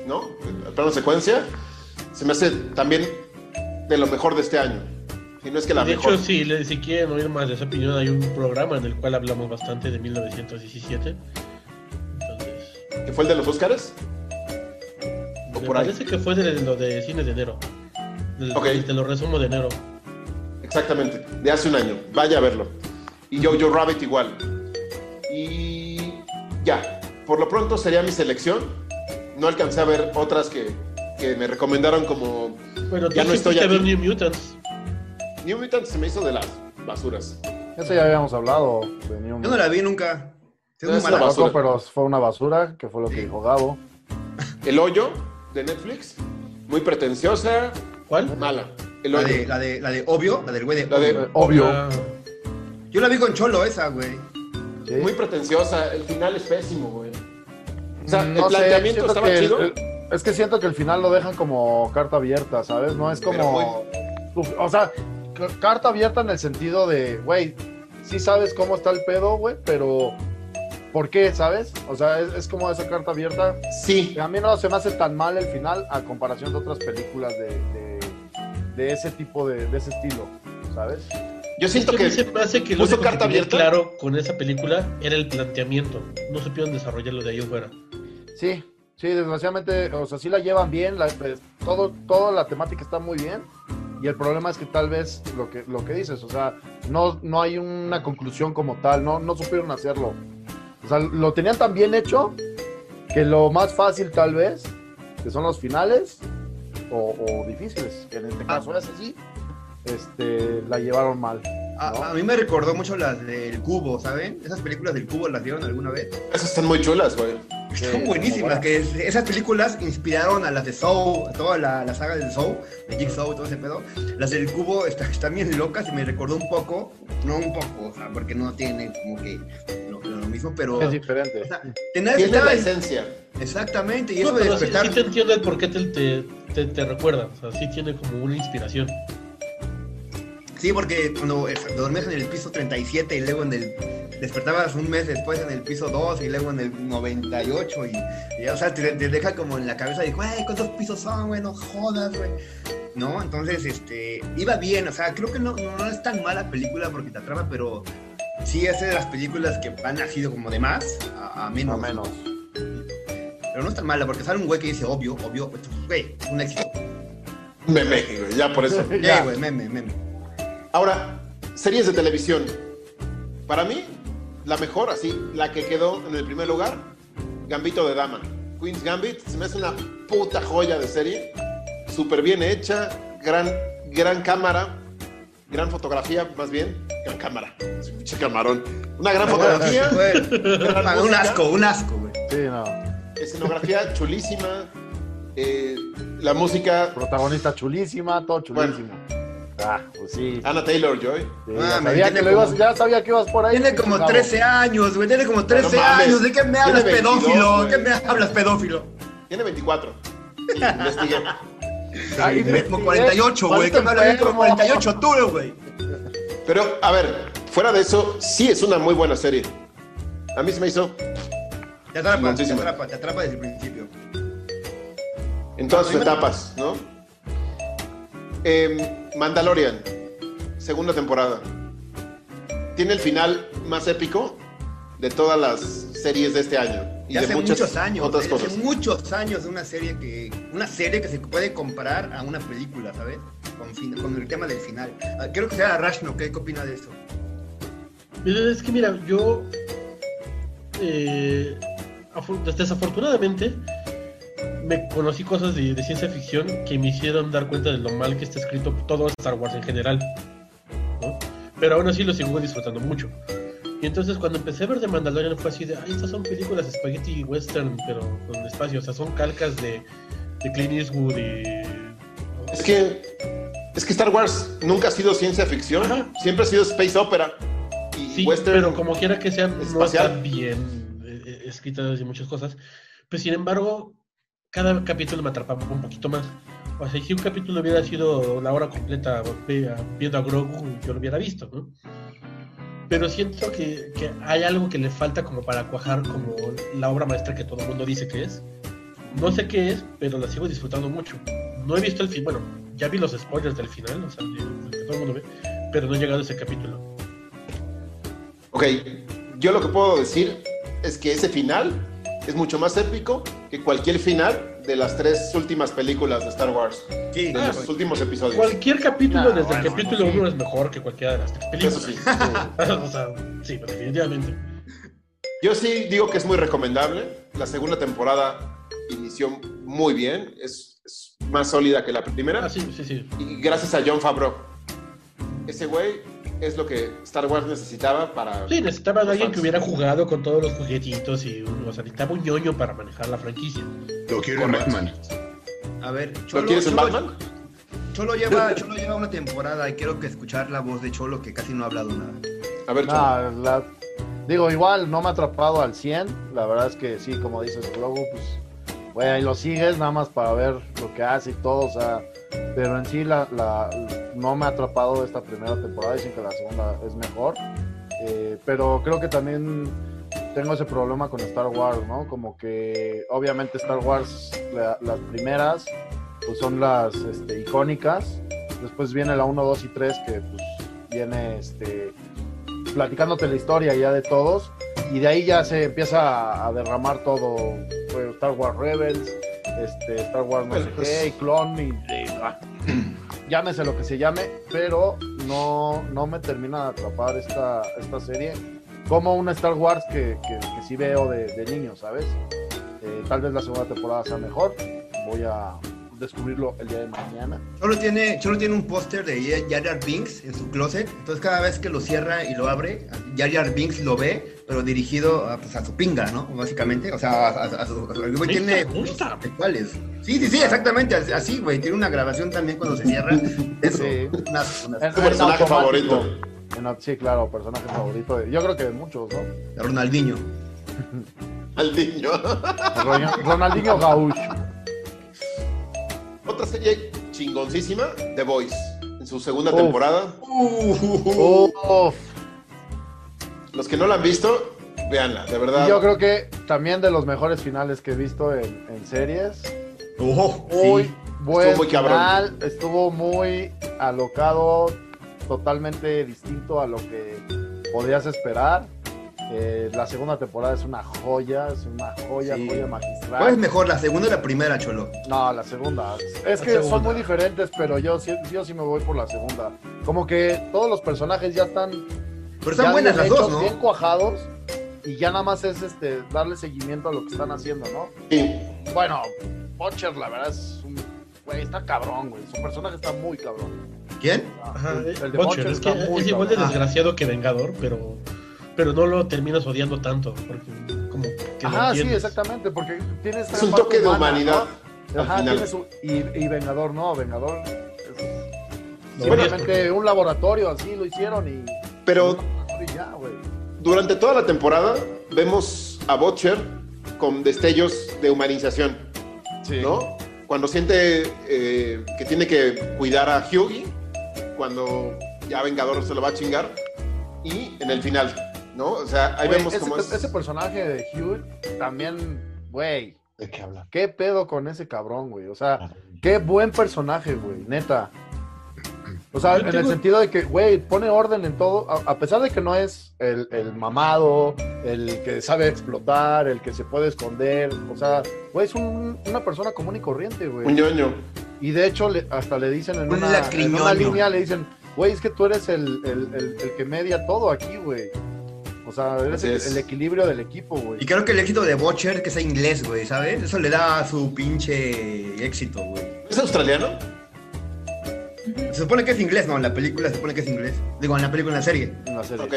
¿no? Al plano secuencia. Se me hace también de lo mejor de este año. Si no es que la de mejor. hecho, si, le- si quieren oír más de esa opinión, hay un programa en el cual hablamos bastante de 1917. Entonces, ¿Que fue el de los Óscares? O me por ahí. parece que fue de lo de cine de enero. Del- Ok. Te lo resumo de enero. Exactamente, de hace un año. Vaya a verlo. Y yo, yo Rabbit igual. Y ya, por lo pronto sería mi selección. No alcancé a ver otras que, que me recomendaron como Bueno, tú Ya ya no estoy a ver aquí. New Mutants. New Mutants se me hizo de las basuras. Eso ya habíamos hablado. de Newman. Yo no la vi nunca. Es muy Es la mala. basura. Pero fue una basura, que fue lo que dijo Gabo. El hoyo de Netflix, muy pretenciosa, ¿Cuál? mala. El La hoyo. de, la, de, la de obvio, la del güey de La de- Obvio. Eh, Obvio. Ah, Yo la vi con Cholo esa, güey. ¿sí? Muy pretenciosa, el final es pésimo, güey. O sea, Mm, No el sé, planteamiento siento estaba que- chido. eh, Es que siento que el final lo dejan como carta abierta, ¿sabes? No es Pero como. Uf, o sea, c- carta abierta en el sentido de, güey, sí sabes cómo está el pedo, güey, pero. ¿Por qué, sabes? O sea, es, es como esa carta abierta. Sí, A mí no se me hace tan mal el final a comparación de otras películas de, de, de ese tipo de, de ese estilo, ¿sabes? yo siento es que a que mí se me hace que lo puso único que carta tenía abierta. claro con esa película era el planteamiento. No supieron desarrollarlo de ahí fuera. Sí, sí, desgraciadamente, o sea, sí la llevan bien, la- pues, todo, toda la temática está muy bien. Y el problema es que tal vez lo que, lo que dices, o sea, no, no hay una conclusión como tal, no, no supieron hacerlo. O sea, lo tenían tan bien hecho que lo más fácil tal vez, que son los finales o, o difíciles, que en este caso es así, este, la llevaron mal. A, ¿no? a mí me recordó mucho las del Cubo, ¿saben? Esas películas del Cubo las vieron alguna vez. esas están muy chulas, güey. Son buenísimas, buenas. que es- esas películas inspiraron a las de Soul, a toda la, la saga del Soul, de Jigsaw y todo ese pedo. Las del Cubo está- están bien locas y me recordó un poco, no un poco, o sea, porque no tiene como que lo, lo mismo, pero... Es diferente. o sea, tener- Tiene la estaba- esencia. exactamente, y No, eso de pero sí, despertar... sí te entiendo el por qué te, te, te- te recuerda. O sea, sí tiene como una inspiración. Sí, porque cuando eh, dormías en el piso 37 y luego en el... Despertabas un mes después en el piso 2 y luego en el 98 y, y, o sea, te, te deja como en la cabeza de, güey, ¿cuántos pisos son, güey? No jodas, güey. ¿No? Entonces, este, iba bien, o sea, creo que no, no, no es tan mala película porque te atrapa, pero sí es de las películas que han nacido como de más a, a menos. Más o menos. Pero no es tan mala porque sale un güey que dice, obvio, obvio, esto, güey, un éxito. Meme, güey, ya por eso. Ya, güey, meme, meme. Ahora, series de televisión. Para mí, la mejor, así, la que quedó en el primer lugar, Gambito de Dama. Queen's Gambit se me hace una puta joya de serie. Súper bien hecha, gran, gran cámara, gran fotografía, más bien. gran cámara. Es un pinche camarón. Una gran fotografía. Fotografía. Un asco, un asco, güey. Sí, no. Escenografía chulísima. eh, la música, Protagonista chulísima, todo chulísimo. Ah, pues sí. Ana Taylor Joy. sí, Ah, ya, me sabía tiene que lo como- ibas- ya sabía que ibas por ahí. pues, Tiene como chingado. 13 años, güey. Tiene como 13 No mames. años. ¿De qué me hablas, Tiene 22, pedófilo? güey. ¿Qué me hablas, pedófilo? Tiene 24. Sí, investigué. Ah, y Tiene me- como y 48, güey. ¿Qué me ¿cuánto hablas? Como enfermo? 48 tú, güey. Pero, a ver, fuera de eso, sí es una muy buena serie. A mí se me hizo. Te atrapa, te Muchísimo. atrapa, te atrapa desde el principio. En todas A mí sus me- etapas, ¿no? Em, Mandalorian, segunda temporada. Tiene el final más épico de todas las series de este año. Y Ya de hace muchas muchos años, otras eh, cosas. hace muchos años de una serie que una serie que se puede comparar a una película, ¿sabes? Con, fin- con el tema del final. Ah, Creo que sea Rashno, ¿qué, qué opina de eso? Mira, Es que mira, yo eh, afor- des- desafortunadamente me conocí cosas de, de ciencia ficción que me hicieron dar cuenta de lo mal que está escrito todo Star Wars en general. ¿no? Pero aún así lo sigo disfrutando mucho. Y entonces cuando empecé a ver de Mandalorian fue así de, ay, estas son películas spaghetti western, pero con espacio, o sea, son calcas de, de Clint Eastwood y... Es que, es que Star Wars nunca ha sido ciencia ficción, Ajá. siempre ha sido space opera y Sí, western. pero como quiera que sea, no espacial. está bien eh, eh, escritas y muchas cosas. Pero sin embargo, cada capítulo me atrapaba un poquito más. O sea, si un capítulo hubiera sido la hora completa ve- a- viendo a Grogu, yo lo hubiera visto, ¿no? Pero siento que, que hay algo que le falta como para cuajar como la obra maestra que todo el mundo dice que es. No sé qué es, pero la sigo disfrutando mucho. No he visto el fin, bueno, ya vi los spoilers del final, o sea, de- que todo el mundo ve, pero no he llegado a ese capítulo. Ok, yo lo que puedo decir es que ese final es mucho más épico que cualquier final de las tres últimas películas de Star Wars, Sí, de ah, los últimos episodios. pues, Cualquier capítulo, No, desde Ah, bueno, el capítulo no, sí. 1 es mejor que cualquiera de las tres Eso películas. sí. o sea, sí, definitivamente. Yo sí digo que es muy recomendable. La segunda temporada inició muy bien, es, es más sólida que la primera. Ah, sí, sí, sí. Y gracias a John Favreau. Ese güey es lo que Star Wars necesitaba para... Sí, necesitaba de Los alguien fans. que hubiera jugado con todos los juguetitos y un- o sea, necesitaba un ñoño para manejar la franquicia. Lo quiero en Correcto. Batman. A ver, Cholo, ¿Lo quieres en Cholo- Batman? Cholo lleva, Cholo lleva una temporada y quiero que escuchar la voz de Cholo que casi no ha hablado nada. A ver, Cholo. No, la- digo, igual no me ha atrapado al 100. La verdad es que sí, como dices, Globo, pues, güey, ahí lo sigues nada más para ver lo que hace y todo. O sea, pero en sí, la, la- no me ha atrapado esta primera temporada. Dicen que la segunda es mejor. Eh, pero creo que también tengo ese problema con Star Wars, ¿no? Como que, obviamente, Star Wars, la- las primeras, pues son las este, icónicas. Después viene la 1, 2 y 3, que pues viene este platicándote la historia ya de todos y de ahí ya se empieza a- a derramar todo pues, Star Wars Rebels este Star Wars no Pero, sé pues, qué y Clone y, y- ah, llámese lo que se llame pero no no me termina de atrapar esta esta serie como una Star Wars que, que, que sí veo de, de niño sabes Eh, tal vez la segunda temporada sea mejor voy a descubrirlo el día de mañana Cholo tiene, Cholo tiene un póster de Jar- Jar Jar Binks en su closet, entonces cada vez que lo cierra y lo abre, Jar Jar Binks lo ve, pero dirigido a, pues, a su pinga, ¿no? Básicamente, o sea, a, a- a su... a- el güey tiene Gusta, gusta. sexuales. Sí, sí, sí, exactamente, as- así, güey, tiene una grabación también cuando se cierra. Eso, Sí. unas- unas- Tu personaje automático. favorito. En au- sí, claro, personaje favorito. de- yo creo que de muchos, ¿no? Ronaldinho. Al niño. Ron- Ronaldinho Gaucho. Otra serie chingoncísima, The Voice. En su segunda Uf. temporada. Oh, Oh. Uf. Los que no la han visto, véanla, de verdad. Y yo creo que también de los mejores finales que he visto en, en series. Ojo, Muy buen Estuvo muy cabrón. final, estuvo muy alocado, totalmente distinto a lo que podías esperar. Eh, la segunda temporada es una joya, es una joya, Sí. joya magistral. ¿Cuál es mejor, la segunda o la primera, Cholo? No, la segunda. Es La que son segunda. muy diferentes, pero yo, sí- yo sí me voy por la segunda. Como que todos los personajes ya están, Pero están ya buenas bien las dos, hechos, ¿no? bien cuajados y ya nada más es este darle seguimiento a lo que están haciendo, ¿no? Sí. Bueno, Pocher la verdad es un güey está cabrón, güey. Su personaje está muy cabrón. ¿Quién? Ajá, El- el de Butcher, Butcher Eh, es, que está muy es igual de cabrón. desgraciado que Vengador, pero, pero no lo terminas odiando tanto. Porque como que lo Ajá, sí, entiendes. exactamente, porque tiene esta Es un parte toque de humana, humanidad. ¿no? al Ajá, final. tiene su- y, y Vengador, no, Vengador. es- No, Simplemente un laboratorio así lo hicieron y. Pero un laboratorio y ya, güey. durante toda la temporada vemos a Butcher con destellos de humanización, ¿no? Cuando siente eh, que tiene que cuidar a Hughie, cuando ya Vengador se lo va a chingar, y en el final, ¿no? O sea, ahí Güey, vemos ese, cómo es. ese personaje de Hugh también, güey. ¿De qué hablar? ¿Qué pedo con ese cabrón, güey? O Ah, sea, qué buen personaje, güey, neta. O sea, Yo en el tengo- sentido de que, güey, pone orden en todo, a, a pesar de que no es el, el mamado, el que sabe explotar, el que se puede esconder, o sea, güey, es un- una persona común y corriente, Un güey. ñoño. Y de hecho, le- hasta le dicen en Un una, en una lacriñoño. línea, le dicen, güey, es que tú eres el, el- el- el que media todo aquí, güey. O sea, eres Así el, es. el equilibrio del equipo, güey. Y creo que el éxito de Butcher, que sea inglés, güey, ¿sabes? Eso le da su pinche éxito, güey. ¿Es australiano? Se supone que es inglés, ¿no? En la película se supone que es inglés. Digo, en la película, en la serie. en la serie. Ok.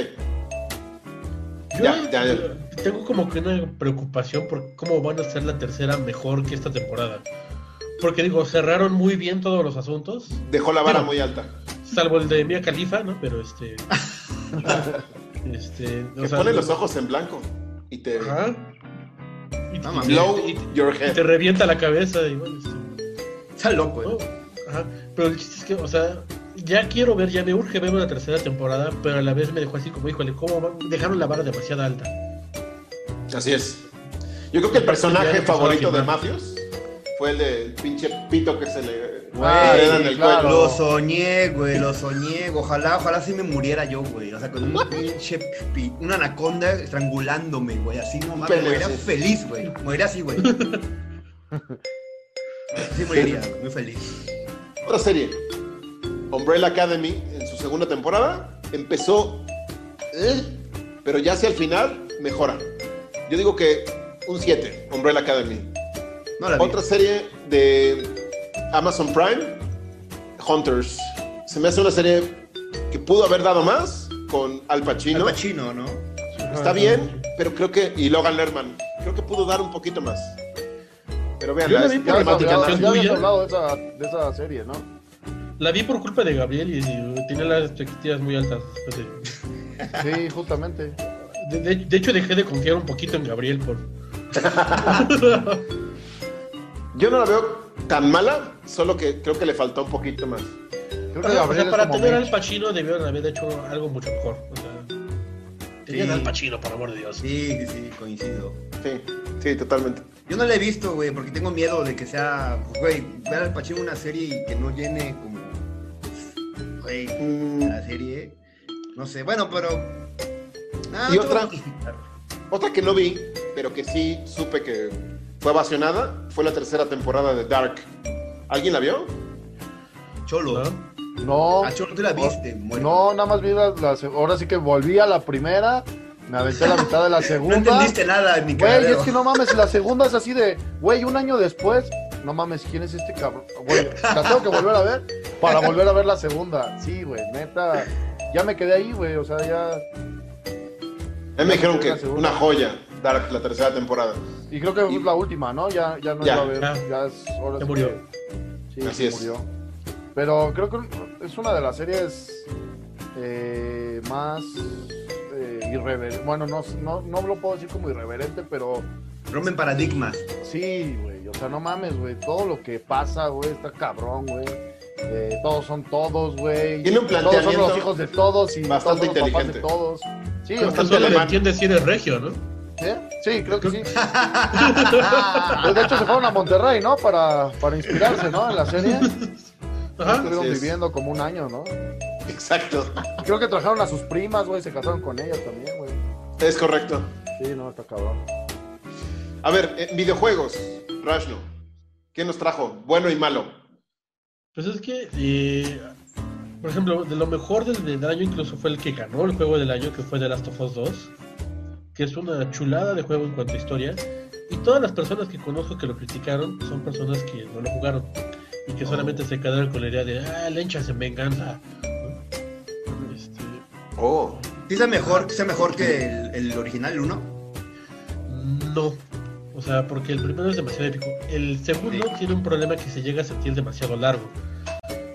Yo Ya, ya, ya. tengo como que una preocupación por cómo van a ser la tercera mejor que esta temporada. Porque digo, cerraron muy bien todos los asuntos, Dejó la vara Mira. muy alta. salvo el de Mia Khalifa, ¿no? Pero este. este. o Que sea, pone los ojos en blanco y te Ajá. Y, No y- mames. blow y- y- your y te head. revienta la cabeza y bueno, este, Está loco, eh. ¿no? güey. Ajá. Pero el chiste es que, o sea, ya quiero ver, ya me urge ver una tercera temporada, pero a la vez me dejó así como, híjole, ¿cómo van? dejaron la vara demasiado alta? Así es. Yo creo que el personaje Ya empezó favorito a de girar. Matthews fue el del pinche pito que se le Ah, le dan sí, el claro. cuello. Lo soñé, güey, lo soñé. Ojalá, ojalá sí me muriera yo, güey. O sea, con un pinche, pi- una anaconda estrangulándome, güey. Así no mames, Pele, morirá sí. feliz, güey. Morirá así, güey. Sí moriría, güey, muy feliz. Otra serie. Umbrella Academy en su segunda temporada empezó, eh, pero ya hacia el final mejora. Yo digo que un 7, Umbrella Academy. No la vi. Otra serie de Amazon Prime, Hunters. Se me hace una serie que pudo haber dado más con Al Pacino. Al Pacino, ¿no? Está bien, pero creo que. Y Logan Lerman. Creo que pudo dar un poquito más. Pero vean, Yo la es vi Ya habías temática hablado, nada. ya habías tuya. hablado de esa, de esa serie, ¿no? La vi por culpa de Gabriel y, y tenía las expectativas muy altas. después de- Sí, justamente. De, de- de hecho, dejé de confiar un poquito en Gabriel por... Yo no la veo tan mala, solo que creo que le faltó un poquito más. Creo O que sea, Gabriel es para como tener al Mitch. Pacino debieron haber hecho algo mucho mejor. O sea, tenían Sí. al Pacino, por amor de Dios. Sí, sí, sí, coincido. Sí, sí, totalmente. Yo no la he visto, güey, porque tengo miedo de que sea, pues, güey, ver al Pacino una serie y que no llene como, pues, güey, Mm, la serie. No sé, bueno, pero... Ah, Y no te voy otra. a justificar. otra que no vi, pero que sí supe que fue apasionada, fue la tercera temporada de Dark. ¿Alguien la vio? Cholo. ¿no? No, Ah, Cholo, tú la viste, muerto. no, nada más vi la, la se- Ahora sí que volví a la primera, me aventé a la mitad de la No segunda. entendiste nada, mi Güey, cagadero. es que no mames, la segunda es así de, güey, un año después, no mames, ¿quién es este cabrón? Güey, la tengo que volver a ver para volver a ver la segunda. Sí, güey, neta, ya me quedé ahí, güey, o sea, ya. A mí me dijeron que La segunda. una joya, Dark, la tercera temporada. Y creo que es la última, ¿no? Ya, ya no Ya, iba a ver. ya. Ya, es ahora sí Ya murió. que- sí, Así sí es. murió. Pero creo que es una de las series eh, más irreverente. Bueno, no, no, no lo puedo decir como irreverente, pero Rompen paradigmas. sí, güey. O sea, no mames, güey. Todo lo que pasa, güey, está cabrón, güey. Eh, todos son todos, güey. Tiene un Todos son planteamiento los hijos de todos y bastante todos son los papás inteligente. de todos. Sí, Creo o que bastante solo le alemán. entiendes si eres regio, ¿no? sea, ¿eh? sí, creo que sí. Pues, de hecho se fueron a Monterrey, ¿no? Para, para inspirarse, ¿no? En la serie. Ajá. Estuvieron Así es. viviendo como un año, ¿no? Exacto. Creo que trajeron a sus primas, güey, se casaron con ellas también, güey. Es correcto. Sí, no, está cabrón. A ver, en videojuegos, Rashno. ¿Qué nos trajo? Bueno y malo. Pues es que, eh, por ejemplo, de lo mejor del, del año incluso fue el que ganó el juego del año, que fue The Last of Us 2, que es una chulada de juego en cuanto a historia. Y todas las personas que conozco que lo criticaron son personas que no lo jugaron. y que solamente se quedaron con la idea de, ah, lenchas en venganza. ¿no? Este, Oh, ¿Sí está mejor, sea mejor que el, el original, el 1? no. O sea, porque el primero es demasiado épico. El segundo Sí. tiene un problema que se llega a sentir demasiado largo.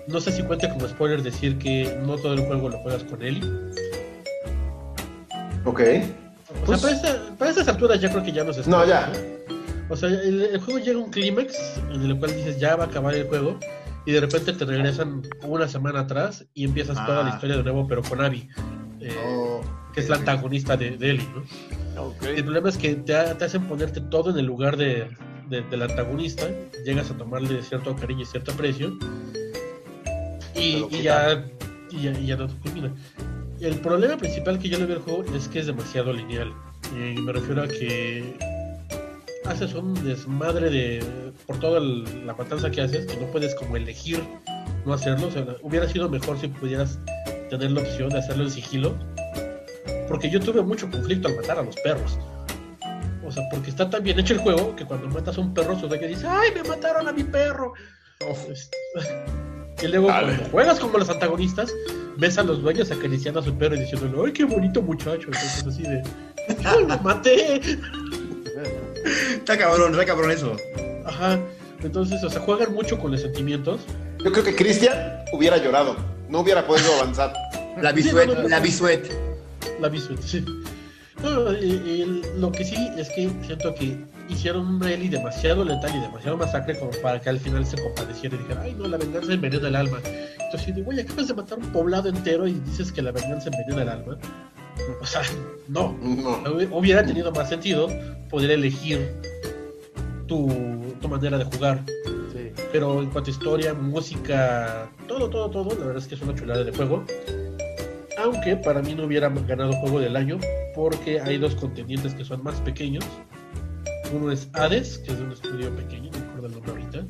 No sé si cuenta como spoiler decir que no todo el juego lo juegas con Ellie. ok. O Pues- sea, para, esta- para estas alturas ya creo que ya nos está. No, ya. O sea, el, el juego llega a un clímax en el cual dices ya va a acabar el juego y de repente te regresan una semana atrás y empiezas toda la Ah. Oh, historia de nuevo, pero con Abby, eh, que es la antagonista de, de Ellie, ¿no? El problema es que te, ha- te hacen ponerte todo en el lugar de, de- del antagonista, llegas a tomarle cierto cariño y cierto aprecio, Te y, lo y ya, y, ya, y ya no te culmina. El problema principal que yo le veo al juego es que es demasiado lineal. Eh, me refiero a que haces un desmadre de por toda el- la matanza que haces, que no puedes como elegir no hacerlo. O sea, hubiera sido mejor si pudieras tener la opción de hacerlo en sigilo. Porque yo tuve mucho conflicto al matar a los perros. O sea, porque está tan bien hecho el juego que cuando matas a un perro, su dueño dice, ¡ay, me mataron a mi perro! Es- Y luego Dale. cuando juegas como los antagonistas, ves a los dueños acariciando a su perro y diciéndole, ¡ay, qué bonito muchacho! Entonces así de, ¡yo lo maté! Está cabrón, está cabrón eso. Ajá. Entonces, o sea, juegan mucho con los sentimientos. Yo creo que Cristian hubiera llorado. No hubiera podido avanzar. La bisuet, no, no, no. la bisuet. La visual, sí. No, eh, el- lo que sí es que siento que hicieron un rally demasiado letal y demasiado masacre como para que al final se compadeciera y dijera, ay no, la venganza envenena el alma. Entonces, digo, güey, acabas de matar un poblado entero y dices que la venganza envenena el alma. O sea, no. No. Hubi- Hubiera tenido más sentido poder elegir tu, tu manera de jugar. Sí. Pero en cuanto a historia, música, todo, todo, todo, la verdad es que es una chulada de juego. Aunque para mí no hubiera ganado juego del año, porque hay dos contendientes que son más pequeños. Uno es Hades, que es de un estudio pequeño, no recuerdo el nombre ahorita,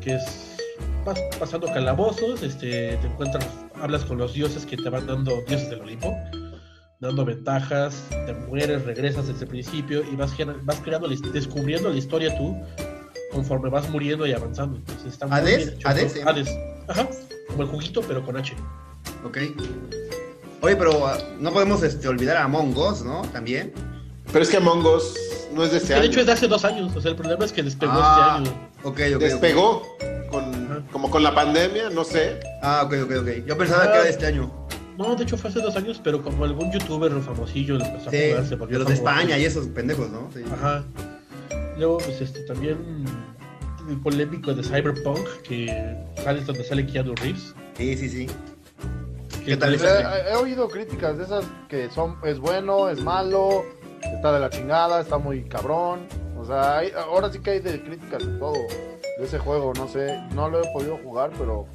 que es vas pasando calabozos, este, te encuentras, hablas con los dioses que te van dando, dioses del Olimpo, dando ventajas, te mueres, regresas desde el principio y vas, gener- vas creando, la his- descubriendo la historia tú conforme vas muriendo y avanzando. Entonces, está muy ¿Hades? bien hecho. ¿Hades, eh? Hades. Ajá. Como el juguito, pero con H. Ok. Oye, pero ah, no podemos este, olvidar a Among Us, ¿no? También. Pero es que Among Us no es de este Que de hecho año. es de hace dos años. O sea, el problema es que despegó Ah, este año. ok, ok, ok. Despegó con, Ajá. como con la pandemia, no sé. Ah, ok, ok, ok. Yo pensaba que era de este año. No, de hecho fue hace dos años, pero como algún youtuber famosillo lo empezó a Sí, jugar, se de volvió los de famoso. España y esos pendejos, ¿no? Sí. Ajá. Luego, pues este también el polémico de Cyberpunk, que sale donde sale Keanu Reeves. Sí, sí, sí. que pues, ¿Qué tal también- He, he- he oído críticas de esas que son es bueno, es malo, está de la chingada, está muy cabrón. O sea, hay- ahora sí que hay de críticas de todo de ese juego. No sé, no lo he podido jugar, pero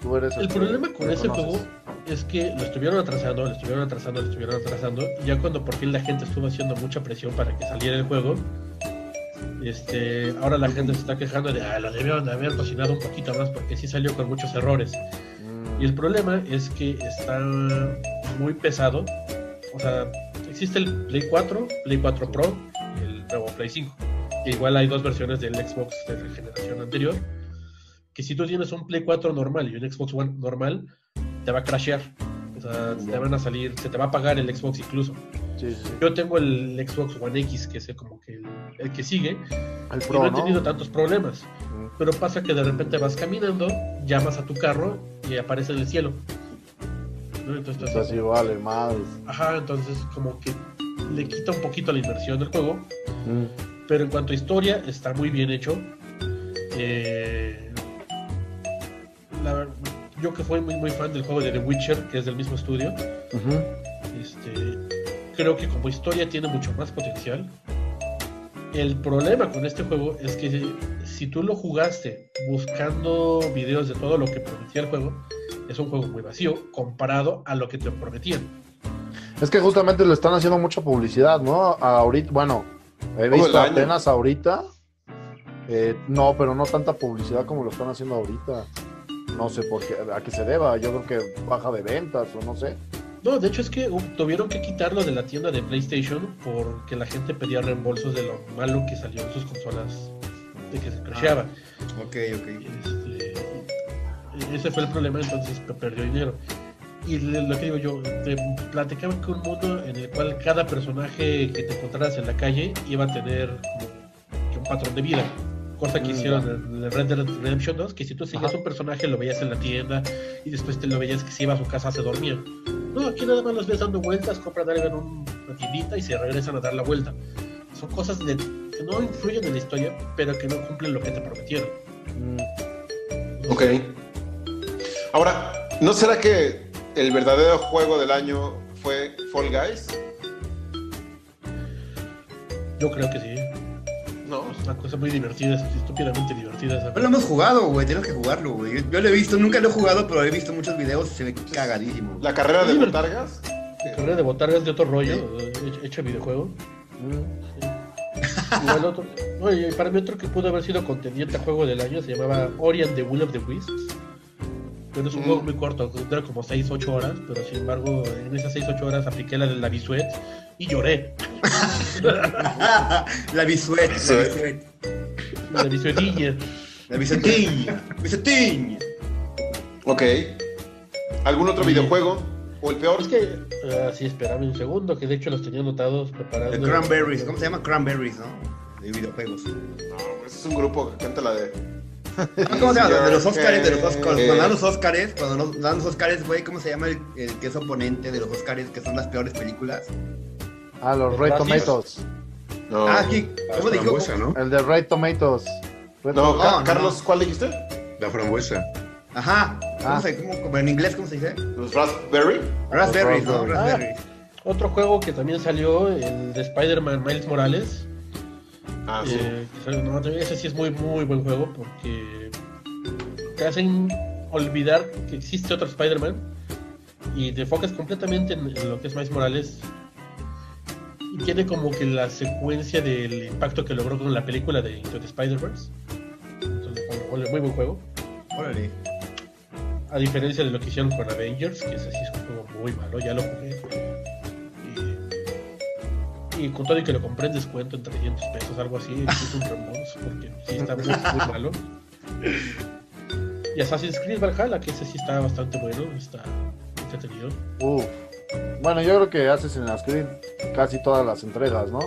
tú eres El que problema con lo ese conoces. juego es que lo estuvieron atrasando, lo estuvieron atrasando, lo estuvieron atrasando. Y ya cuando por fin la gente estuvo haciendo mucha presión para que saliera el juego, este, ahora la gente se está quejando de, ah, lo debieron de haber cocinado un poquito más porque sí salió con muchos errores. Mm, Y el problema es que está muy pesado. O sea, existe el Play 4, Play 4 Pro y el nuevo Play 5. Que igual hay dos versiones del Xbox de la generación anterior. Que si tú tienes un Play 4 normal y un Xbox One normal, te va a crashear. O sea, te van a salir, se te va a pagar el Xbox incluso. sí, sí, sí. Yo tengo el Xbox One X, que es el- como que el- el que sigue, El y no pro, he tenido ¿no? tantos problemas. Mm. Pero pasa que de repente vas caminando, llamas a tu carro y aparece en el cielo. ¿no? Entonces, Está así, vale, madres. ajá, entonces como que le quita un poquito la inversión del juego. Mm. Pero en cuanto a historia, está muy bien hecho. Eh, la ver- yo que fui muy, muy fan del juego de The Witcher, que es del mismo estudio, Ujú. este, creo que como historia tiene mucho más potencial. El problema con este juego es que si tú lo jugaste buscando videos de todo lo que prometía el juego, es un juego muy vacío comparado a lo que te prometían. Es que justamente le están haciendo mucha publicidad, ¿no? Ahorita, bueno, he visto el año. apenas ahorita. eh, no, pero no tanta publicidad como lo están haciendo ahorita. No sé por qué, a qué se deba. Yo creo que baja de ventas o no sé. No, de hecho es que uh, tuvieron que quitarlo de la tienda de PlayStation porque la gente pedía reembolsos de lo malo que salió en sus consolas de que se crasheaba. Ok, ok. Este, Ese fue el problema, entonces pe- perdió dinero. Y le- lo que digo yo, te platicaba que un mundo en el cual cada personaje que te encontraras en la calle iba a tener como que un patrón de vida. Cosa que Mm, hicieron ya. en el Red Dead Redemption 2, que si tú seguías Ajá. un personaje lo veías en la tienda y después te lo veías que se iba a su casa, se dormía. No, aquí nada más los ves dando vueltas, compran algo en un- una tiendita y se regresan a dar la vuelta. Son cosas de- que no influyen en la historia, pero que no cumplen lo que te prometieron. Mm, Ok. Ahora, ¿no será que el verdadero juego del año fue Fall Guys? Yo creo que sí. No. Es una cosa muy divertida, es estúpidamente divertida. esa No lo hemos jugado, güey. Tenemos que jugarlo, güey. Yo- Yo lo he visto, nunca lo he jugado, pero he visto muchos videos y se ve cagadísimo. La carrera de Sí. botargas. carrera de botargas de otro rollo, eh, hecha- hecha videojuego. mm. Igual otro- Oye, para mí otro que pudo haber sido contendiente a juego del año se llamaba Ori and the Will of the Wisps. Pero es un Mm. juego muy corto, dura como 6-8 horas, pero sin embargo en esas 6-8 horas apliqué la de la bisuet y lloré. la bisuet, Sí. la bisuet. La bisuetilla. La bisuetiña. Bisuetiña. Ok. ¿Algún otro Sí. videojuego? ¿O el peor? Es que, así esperaba un segundo, que de hecho los tenía anotados preparados. The Cranberries. ¿Cómo se llama? Cranberries, ¿no? De videojuegos. No, es un grupo que canta la de. Ah, ¿Cómo se llama? De los Eh, Oscars, de los Oscars. Cuando eh. dan los Oscars, cuando nos dan los Oscars, güey, ¿cómo se llama el, el que es oponente de los Oscars, que son las peores películas? Ah, los Red Gracias. Tomatoes. No. Ah, sí. ¿Cómo La dijo? frambuesa, ¿no? El de Red Tomatoes. Red No, Tomatoes. Ca- No, no. Carlos, ¿cuál dijiste? La frambuesa. Ajá. ¿Cómo Ah. se, cómo, como en inglés, ¿cómo se dice? Los Raspberry. Raspberries, ¿no? Raspberries. Raspberries. Otro juego que también salió, el de Spider-Man Miles Morales. Ah, sí. eh, que salió- no, ese sí es muy, muy buen juego porque te hacen olvidar que existe otro Spider-Man y te enfocas completamente en, en lo que es Miles Morales. Y tiene como que la secuencia del impacto que logró con la película de Into the Spider-Verse. Entonces, bueno, muy buen juego. Órale. A diferencia de lo que hicieron con Avengers, que ese sí es un juego muy malo, ya lo jugué. Y, y con todo y que lo compré en descuento en 300 pesos, algo así, es un reembolso, porque sí está muy, muy malo. Y Assassin's Creed Valhalla, que ese sí está bastante bueno, está entretenido. Uf. Bueno, yo creo que haces en las Creed casi todas las entregas, ¿no?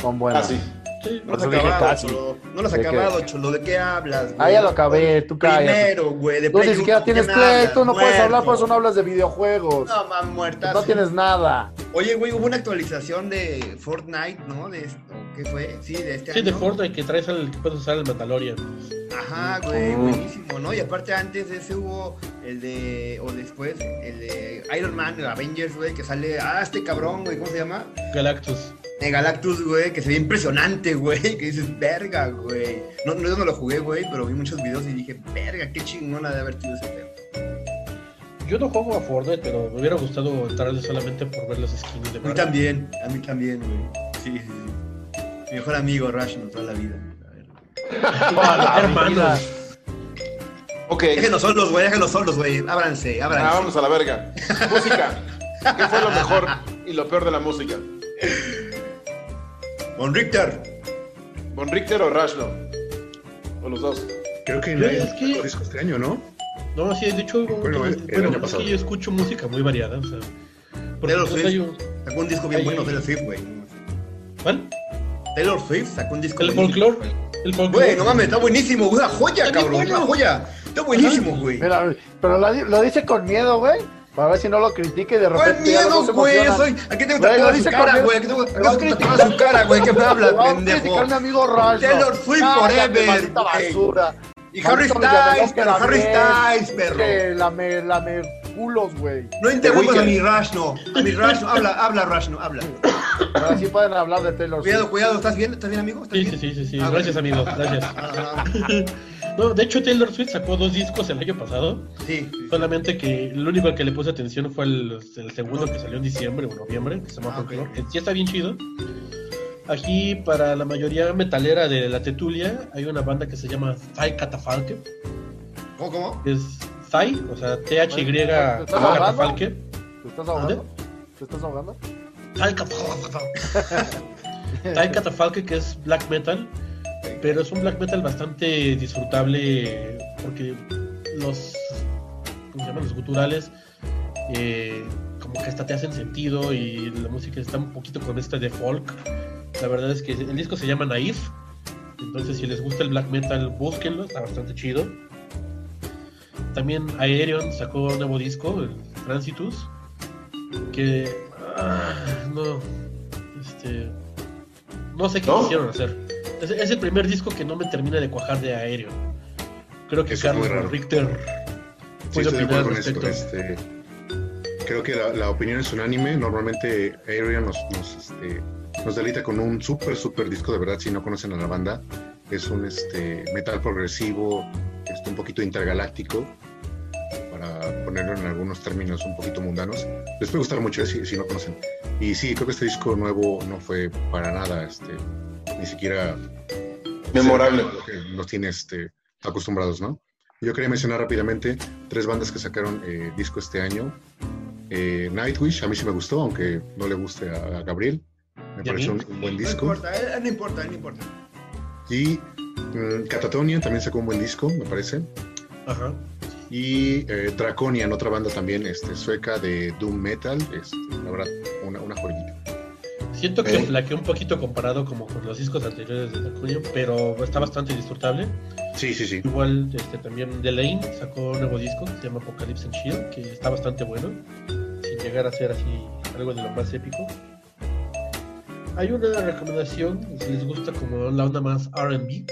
Son Ah, buenas. sí. Sí, No lo Por has eso dije acabado, casi. chulo. No lo has ¿De qué? acabado, chulo. ¿De qué hablas? Ah, güey? ya lo acabé, tú cállate. Primero, güey. de Tú Play ni siquiera uno, ¿de tienes qué play, hablas? tú no puedes Muerto. hablar, por eso no hablas de videojuegos. No, más muertas. No tienes nada. Oye, güey, hubo una actualización de Fortnite, ¿no? De esto, ¿Qué fue? Sí, de este sí año. de Fortnite que traes al que puedes usar el Mandalorian. Ajá, Ah. güey, Mm. buenísimo, ¿no? Y aparte antes de ese hubo el de, o después, el de Iron Man, el Avengers, güey, que sale, ah, este cabrón, güey, ¿cómo se llama? Galactus. De Galactus, güey, que se ve impresionante, güey, que dices, verga, güey. No, no, yo no lo jugué, güey, pero vi muchos videos y dije, verga, qué chingona de haber tenido ese pedo. Yo no juego a Fortnite, pero me hubiera gustado entrarle solamente por ver las skins de A mí Marvel. también, a mí también, güey. Sí, sí, sí. Mi mejor amigo, Rashman, toda la vida. A ver. Hermanos. Ok. Déjenos solos, güey, déjenos solos, güey. Ábranse, Ah, ábranse. vamos a la verga. Música. ¿Qué fue lo mejor y lo peor de la música? Von Richter. ¿Von Richter o Rashno? O los dos. Creo que Yo nadie es que- sacó disco este año, ¿no? No, sí, de hecho, bueno, Bueno, el- el año es pasado. que yo escucho música muy variada, o sea. Por Pero ejemplo, sí. hay un- Sacó un disco bien Ay, bueno, ay. Taylor Swift, güey. ¿Cuál? Taylor Swift sacó un disco El buenísimo, folclore. güey. El folclore. Güey, no mames, está buenísimo, güey. Una joya, Está bien cabrón. bueno. Una joya. Está buenísimo, güey. Mira, pero la- lo dice con miedo, güey. Para ver si no lo critique y de ¿Cuál repente. ya los miedo, dos se güey? emocionan. Soy... Aquí tengo Güey, lo tatuada su dice cara, con- güey. Aquí tengo Me vas a tengo tatuada su cara, güey. ¿Qué me hablas, Vamos a pendejo? criticar a mi amigo Rashno. Taylor Swift Cállate, forever, maldita güey. basura. Y Harry Maldito videojuego Styles, que pero la Harry ves, Styles, perro. pinche Lame, lame culos, güey. No interrumpas The a Weeknd. mi Rashno. A mi Rashno. Habla, habla, Rashno, habla. Ahora sí pueden hablar de Taylor Cuidado, Swift. cuidado. ¿Estás bien? ¿Estás bien, amigo? ¿Estás Sí, bien? sí, sí, sí, sí. Ah, gracias, bueno. amigo, gracias. Ah, ah, No, de hecho, Taylor Swift sacó dos discos el año pasado. ah. Sí. Solamente que el único al que le puse atención fue el, el segundo que salió en diciembre o noviembre, que se llama Ah, ok. Folklore, que sí está bien chido. Aquí, para la mayoría metalera de la Tetulia, hay una banda que se llama Thai Catafalque. ¿Cómo, cómo? que Es Thai, o sea, THY Catafalque. ¿Te estás ahogando? ¿Te estás ahogando? Taika Taika Tafalque, que es black metal, pero es un black metal bastante disfrutable porque los, ¿cómo se llaman? los guturales eh, como que hasta te hacen sentido y la música está un poquito con esta de folk. La verdad es que el disco se llama Naif, entonces si les gusta el black metal, búsquenlo, está bastante chido. También Aerion sacó un nuevo disco, el Transitus, que ah, no, este, no sé qué ¿No? quisieron hacer. Es, es el primer disco que no me termina de cuajar de Aerion. Creo que Eso es muy Carlos raro. Richter Sí, puede estoy de opinar acuerdo al Pues, con esto. respecto. Este, creo que la, la opinión es unánime. Normalmente Arian nos, nos, este, nos delita con un súper, súper disco de verdad. Si no conocen a la banda, es un este, metal progresivo, este, un poquito intergaláctico, para ponerlo en algunos términos un poquito mundanos. Les puede gustar mucho eh, si, si no conocen. Y sí, creo que este disco nuevo no fue para nada, este, ni siquiera Memorable. cercano a lo que nos tiene este, acostumbrados, ¿no? Yo quería mencionar rápidamente tres bandas que sacaron eh, disco este año. Eh, Nightwish, a mí sí me gustó, aunque no le guste a, a Gabriel. Me ¿Y a pareció mí? un, un buen No disco. importa, eh, no importa, no importa. Y mm, Catatonia también sacó un buen disco, me parece. Ajá. Y eh, Draconian, otra banda también este, sueca de Doom Metal. Este, la verdad, una, una joyita. Siento Ok. que flaqueó un poquito comparado como con los discos anteriores de Tacuyo, pero está bastante disfrutable. Sí, sí, sí. Igual este, también Delane sacó un nuevo disco que se llama Apocalypse and Shield, que está bastante bueno, sin llegar a ser así algo de lo más épico. Hay una recomendación, si les gusta como la onda más RB,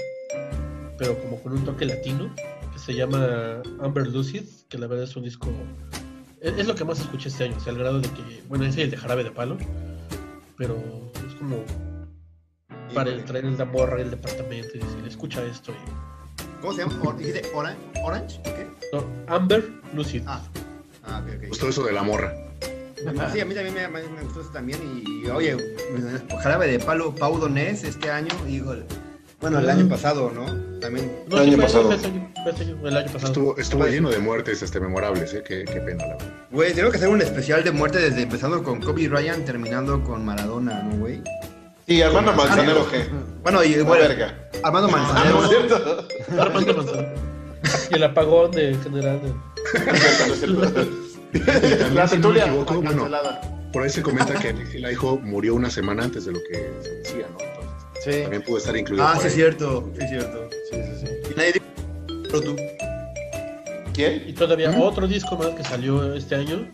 pero como con un toque latino, que se llama Amber Lucid, que la verdad es un disco... e-, Es, es lo que más escuché este año, o sea, al grado de que... Bueno, ese y el de Jarabe de Palo, pero es como para el traer la morra del departamento y decir, escucha esto y... ¿Cómo se llama? Or- ¿Dijiste Orange? ¿Orange? ¿Qué? No, Amber Lucid. Ah. Ah, ok, ok. Gustó eso de la morra. Sí, a mí también me, me- me gustó eso también. Y, y, oye, jarabe de palo, Pau Donés este año, híjole. Bueno, Mm. el año pasado, ¿no? También. No, El sí, año fue- pasado. fue este año, fue este año, el año pasado. Estuvo, estuvo lleno de muertes este, memorables, ¿eh? Qué, qué pena, la verdad. Güey, tengo que hacer un especial de muerte desde empezando con Kobe Ryan, terminando con Maradona, ¿no, güey? Ah, Sí, Armando Manzanero, que. Bueno, y Una bueno, verga. Armando Ah, no es Manzanero. cierto. Armando Manzanero. Y el apagón de general. de- No es cierto, no es cierto. La si Ah, no me tertulia. equivoco, bueno. cancelada. Por ahí se comenta que Alexi Laiho murió una semana antes de lo que se decía, ¿no? Entonces, Sí, también pudo estar incluido. Ah, por sí, es ahí. cierto, sí, es cierto. sí, sí. sí. Y nadie dijo, pero tú. ¿Quién? Y todavía otro disco más que salió este año,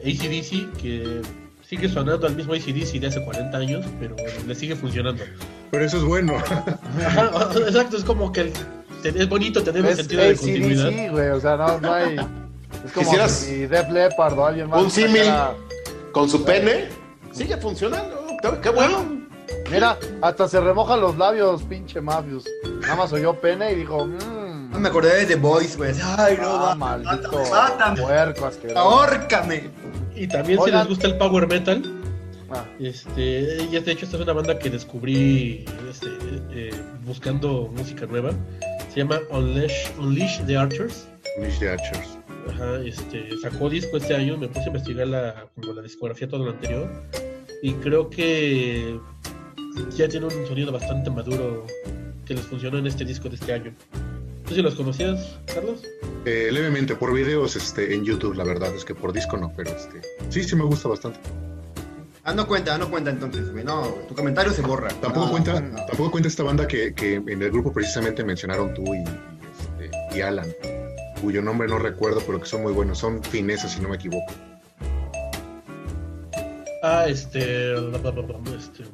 ACDC, que sigue sonando al mismo ACDC de hace 40 años, pero le sigue funcionando. Pero eso es bueno. Ajá, exacto, es como que el- es bonito tener un Es sentido de continuidad. ACDC, güey, o sea, no, no hay... Es como Quisieras si Def Leppard o alguien más... un símil. sacara- Con su pene. Sigue funcionando. Qué- Qué bueno. Mira, hasta se remojan los labios, pinche Mafius. Nada más oyó pene y dijo, mmm... No Ah, me acordé de The Voice, güey. Ay, no, Ah, va, maldito mátame, mátame, puerco asqueroso. ahórcame. Y también si Oigan. les gusta el power metal, Ah, Este, y de hecho esta es una banda que descubrí este, eh, buscando música nueva. Se llama Unleash, Unleash the Archers. Mish de Archers. Ajá, este, sacó disco este año, me puse a investigar la, como la discografía todo lo anterior. Y creo que ya tiene un sonido bastante maduro que les funcionó en este disco de este año. ¿Tú sí los conocías, Carlos? Eh, levemente, por videos este, en YouTube, la verdad es que por disco no, pero este, sí, sí me gusta bastante. Ah, no cuenta, no cuenta entonces, güey. No, tu comentario se borra. Tampoco, No, cuenta, no. tampoco cuenta esta banda que, que en el grupo precisamente mencionaron tú y, y, este, y Alan, cuyo nombre no recuerdo, pero que son muy buenos. Son fineses, si no me equivoco. Ah, este... este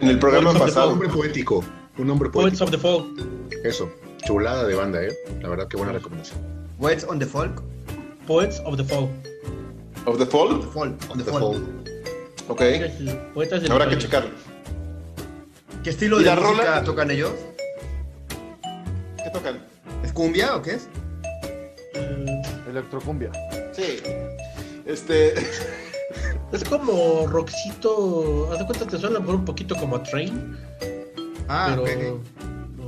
En el programa Poets of the Un pasado. nombre poético. Un nombre Poets poético. of the Fall. Eso. Chulada de banda, ¿eh? La verdad, qué buena recomendación. What's on the folk? Poets of the Fall. Of the Fall. Folk, on the The folk. Fall. Ok. Poetas del Habrá que otoño. checarlo. ¿Qué estilo ¿Y de la música rola? tocan ellos? ¿Qué tocan? ¿Es cumbia o qué es? Eh, electrocumbia. Sí. Este. Es como rockcito. Haz de cuenta que suena a lo mejor un poquito como a Train, Ah, pero. ok,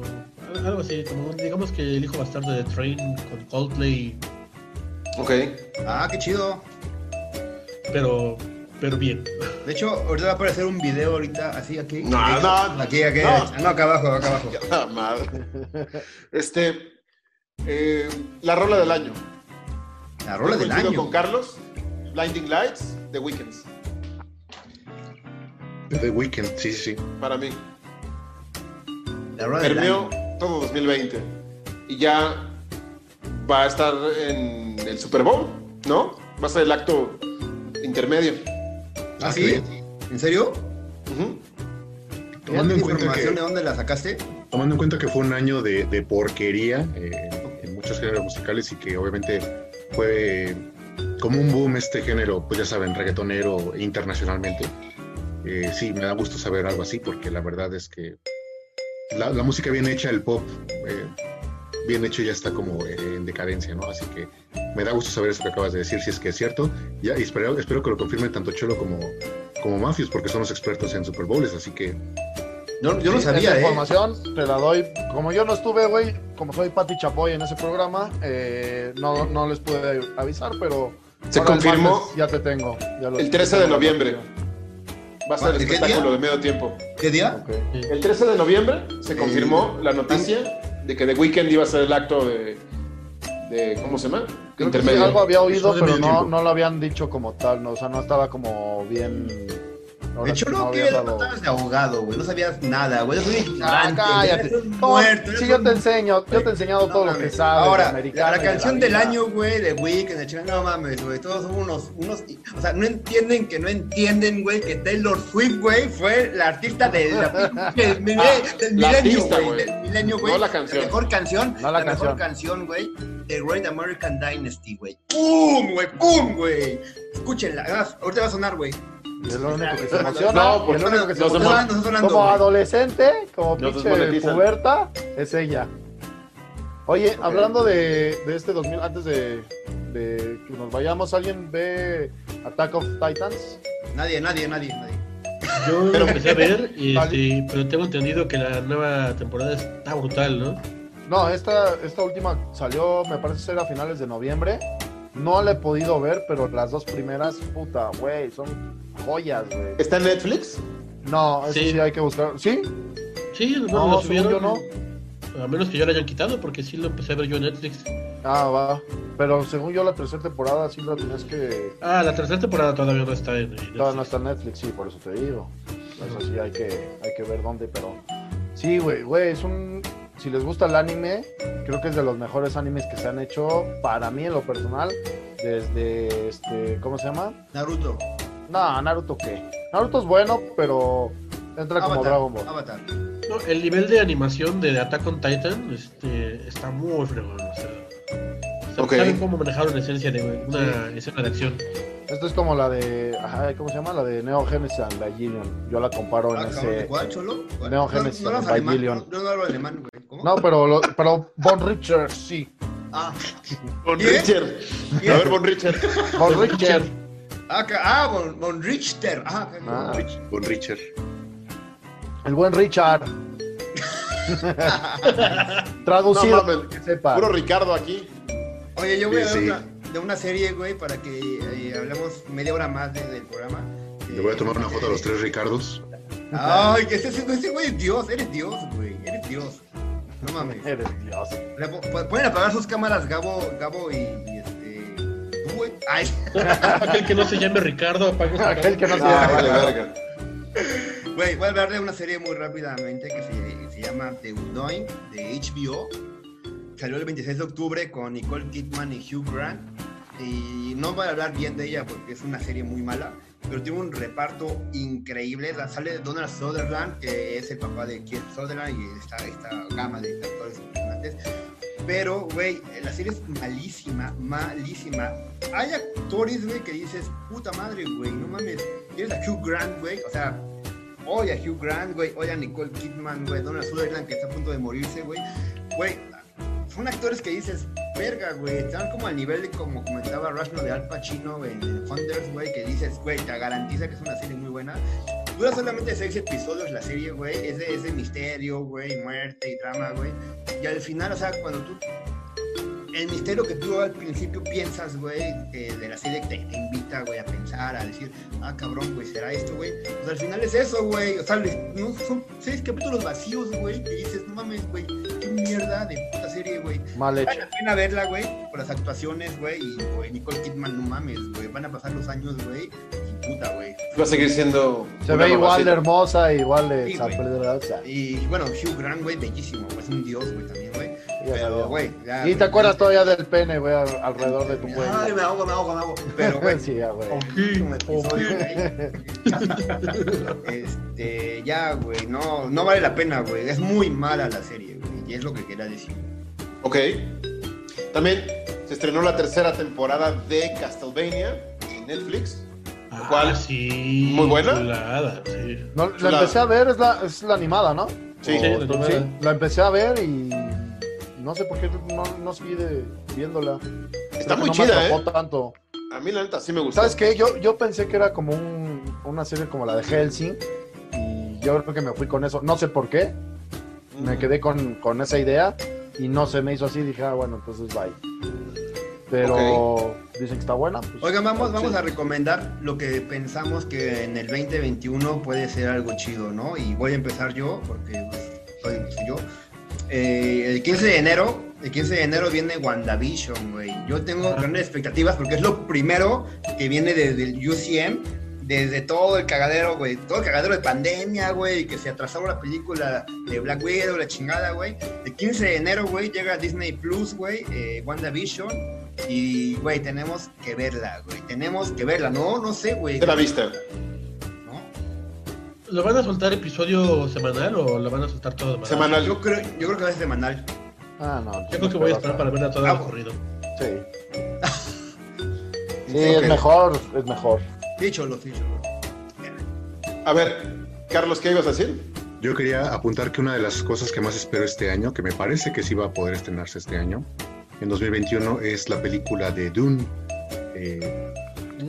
ok. no, algo así, como un- digamos que el hijo bastardo de Train con Coldplay, Ok. Ah, qué chido. pero. Pero bien. De hecho, ahorita va a aparecer un video ahorita, así aquí. No, aquí, no, Aquí, Ah, aquí. no. No, acá abajo, acá abajo. Ya, madre. Este. eh, la rola del año. La rola del Coincido año. con Carlos, Blinding Lights, The Weekends, De The Weeknd, sí, sí. sí. para mí. La rola del Permeó año. todo 2020. Y ya va a estar en el Super Bowl, ¿no? Va a ser el acto intermedio. ¿Ah, sí? ¿En serio? Ujú. Tomando en, cuenta información de que, dónde la sacaste? tomando en cuenta que fue un año de, de porquería eh, en- en muchos géneros musicales y que obviamente fue eh, como un boom este género, pues ya saben, reggaetonero internacionalmente. Eh, sí, me da gusto saber algo así porque la verdad es que la, la música bien hecha, el pop eh, bien hecho ya está como eh, en decadencia, ¿no? Así que me da gusto saber eso que acabas de decir, si es que es cierto. Ya, y espero, espero que lo confirmen tanto Cholo como, como Mafios porque son los expertos en Super Bowls, así que No, yo no Sí, sabía, esa ¿eh? información te la doy. Como yo no estuve, güey, como soy Pati Chapoy en ese programa, eh, no, no les pude avisar, pero. Se ahora el confirmó martes Ya te tengo. ya lo- el 13 de noviembre. Va a ser el ¿De qué espectáculo día? de medio tiempo. ¿Qué día? Ok. El 13 de noviembre Eh, se confirmó la noticia de que The Weeknd iba a ser el acto de. de- ¿Cómo se llama? Creo que sí, intermedio. algo había oído, Eso de pero medio no, tiempo. no lo habían dicho como tal, no, o sea, no estaba como bien. De ahora sí, hecho, no, que habían dado- estabas de ahogado, güey. No sabías nada, güey. Yo soy Ah, ignorante. cállate. Eres un No, muerto. eres sí, yo un- te enseño, yo te he enseñado No todo lo que mames. sabes. de Ahora, americano y la, la de canción del vida. año, güey, de Weekend, de chingada, no mames, güey. Todos son unos, unos. O sea, no entienden que no entienden, güey, que Taylor Swift, güey, fue la artista de la, del, mile- Ah, del la milenio, artista, güey. güey. Del milenio, güey. No la canción. La mejor canción. No la mejor canción. canción, güey. The Great American Dynasty, güey. ¡Pum, güey! ¡Pum, güey! Escúchenla. ah, Ahorita va a sonar, güey. Y el único que se No, emociona, no, porque el único que se no se emociona, emociona. sonando, está sonando, como güey. adolescente, como No se pinche monetizan. puberta, es ella. Oye, hablando de, de este 2000, antes de, de que nos vayamos, ¿alguien ve Attack of Titans? Nadie, nadie, nadie, nadie. Yo lo empecé a ver, y, Vale. este, pero tengo entendido que la nueva temporada está brutal, ¿no? No, esta, esta última salió, me parece ser a finales de noviembre. No la he podido ver, pero las dos primeras, puta, güey, son joyas, güey. ¿Está en Netflix? No, eso sí. Sí. hay que buscar. ¿Sí? Sí, no, No, lo según subieron. yo no. A menos que yo la hayan quitado, porque sí lo empecé a ver yo en Netflix. Ah, va. Pero según yo, la tercera temporada sí la tenías que. Ah, la tercera temporada todavía no está en en Netflix. Todavía no está en Netflix, sí, por eso te digo. Eso sí, hay que, hay que ver dónde, pero. Sí, güey, güey, es un. Si les gusta el anime, creo que es de los mejores animes que se han hecho, para mí en lo personal, desde este. ¿Cómo se llama? Naruto. No, Naruto qué. Naruto es bueno, pero entra como Dragon Ball. Avatar. No, el nivel de animación de Attack on Titan este, está muy fregón. O sea, o sea, Ok. saben cómo manejar una esencia de una escena de acción. Esto es como la de. ajá, ¿Cómo se llama? La de Neo Genesis and Evangelion. Yo la comparo Ah, en cabrón, ese. ¿de ¿Cuál, Cholo? ¿Cuál? Neo Genesis, hablas alemán, Evangelion. no, yo no hablo alemán, güey. ¿Cómo? No, pero, lo- pero Von Richard sí. Ah, Bon ¿Quién? Richard. ¿quién? A ver, Bon Richard. Von Richard. ah, ca- ah, von, von Richter. Ah, ca- Ah. Rich- con Richard. El buen Richard. Traducido, No mames, que sepa. Puro Ricardo aquí. Oye, yo voy a Sí, hablar sí. una- de una serie, güey, para que eh, hablemos media hora más de- del programa. Le voy a tomar una foto a los tres Ricardos. Ay, que ese, ese- ese güey es Dios, eres Dios, güey, eres Dios. No mames. Eres Dios. Le po- po- Pueden apagar sus cámaras, Gabo, Gabo y, y este. Tú, güey. Ah, Ay. Aquel que no se llame Ricardo, apague esa Aquel que no se Ah, llama. vale, verga. Güey, voy a hablar de una serie muy rápidamente que se, se llama The Undoing de HBO. Salió el 26 de octubre con Nicole Kidman y Hugh Grant. Y no voy a hablar bien de ella porque es una serie muy mala, pero tiene un reparto increíble. La- Sale Donald Sutherland, que es el papá de Keith Sutherland y esta, esta gama de actores importantes. Pero, güey, la serie es malísima, malísima. Hay actores, güey, que dices, puta madre, güey, no mames. Tienes a Hugh Grant, güey, o sea, Oye a Hugh Grant, güey. Oye a Nicole Kidman, güey. Donald Sutherland, que está a punto de morirse, güey. Güey, son actores que dices, verga, güey. Están como al nivel de, como comentaba Rashno de Al Pacino en Hunters, güey. Que dices, güey, te garantiza que es una serie muy buena. Dura solamente seis episodios la serie, güey. Es de, es de misterio, güey. Muerte y drama, güey. Y al final, o sea, cuando tú el misterio que tú al principio piensas, güey, eh, de la serie que te, te invita, güey, a pensar, a decir, ah, cabrón, güey, será esto, güey. O sea, pues, al final es eso, güey. O sea, le- no, son seis capítulos vacíos, güey, que dices, no mames, güey, qué mierda de puta serie, güey. Mal Vale hecho. la pena verla, güey, por las actuaciones, güey, y güey, Nicole Kidman, no mames, güey. Van a pasar los años, güey, y puta, güey. Va a seguir siendo. Se una ve igual de mamacita. hermosa, igual de Sí, güey. sapedrosa. Y bueno, Hugh Grant, güey, bellísimo, güey, es un dios, güey, también, güey. Ya Pero, sabía. güey, ya. Y te acuerdas todavía del pene, güey, al- alrededor de tu Ay, me cuello. ahogo, me ahogo, me ahogo. Pero, güey, Sí, ya, güey. un episodio, güey. Este, ya, güey, no, no vale la pena, güey. Es muy mala la serie, güey. Y es lo que quería decir. Ok. También se estrenó la tercera temporada de Castlevania en Netflix. Ah, ¿Cuál? Sí. ¿Muy buena? chulada, sí. No, la Chulada. empecé a ver, es la, es la animada, ¿no? Sí. Sí, la Sí, novela. la empecé a ver y no sé por qué no, no seguí de- viéndola. Está Creo muy que no me chida, atrapó ¿eh? tanto. A mí la neta sí me gustó. ¿Sabes qué? Yo, yo pensé que era como un- una serie como la de Helsing y yo creo que me fui con eso. No sé por qué, me quedé con, con esa idea y no se me hizo así. Dije, ah, bueno, entonces bye. Pero dicen que está buena. pues, Oigan, vamos, vamos sí. a recomendar lo que pensamos que en el 2021 puede ser algo chido, ¿no? Y voy a empezar yo, porque pues, soy, soy yo. Eh, el 15 de enero, el 15 de enero viene WandaVision, güey. Yo tengo grandes expectativas porque es lo primero que viene desde el UCM, desde todo el cagadero, güey. Todo el cagadero de pandemia, güey, que se atrasaron la película de Black Widow, la chingada, güey. El 15 de enero, güey, llega Disney Plus, güey, eh, WandaVision. Y, güey, tenemos que verla, güey. Tenemos que verla. No, no sé, güey. ¿Te la vista? ¿no? ¿Lo van a soltar episodio semanal o lo van a soltar todo de manera? Semanal. Yo creo, yo creo que va a ser semanal. Ah, no. Yo creo que voy pero- a esperar para verla toda Ah, de corrido. Sí. Sí, Ok. es mejor, es mejor. Dicho lo dicho. A ver, Carlos, ¿qué ibas a decir? Yo quería apuntar que una de las cosas que más espero este año, que me parece que sí va a poder estrenarse este año, en 2021, es la película de Dune. Eh,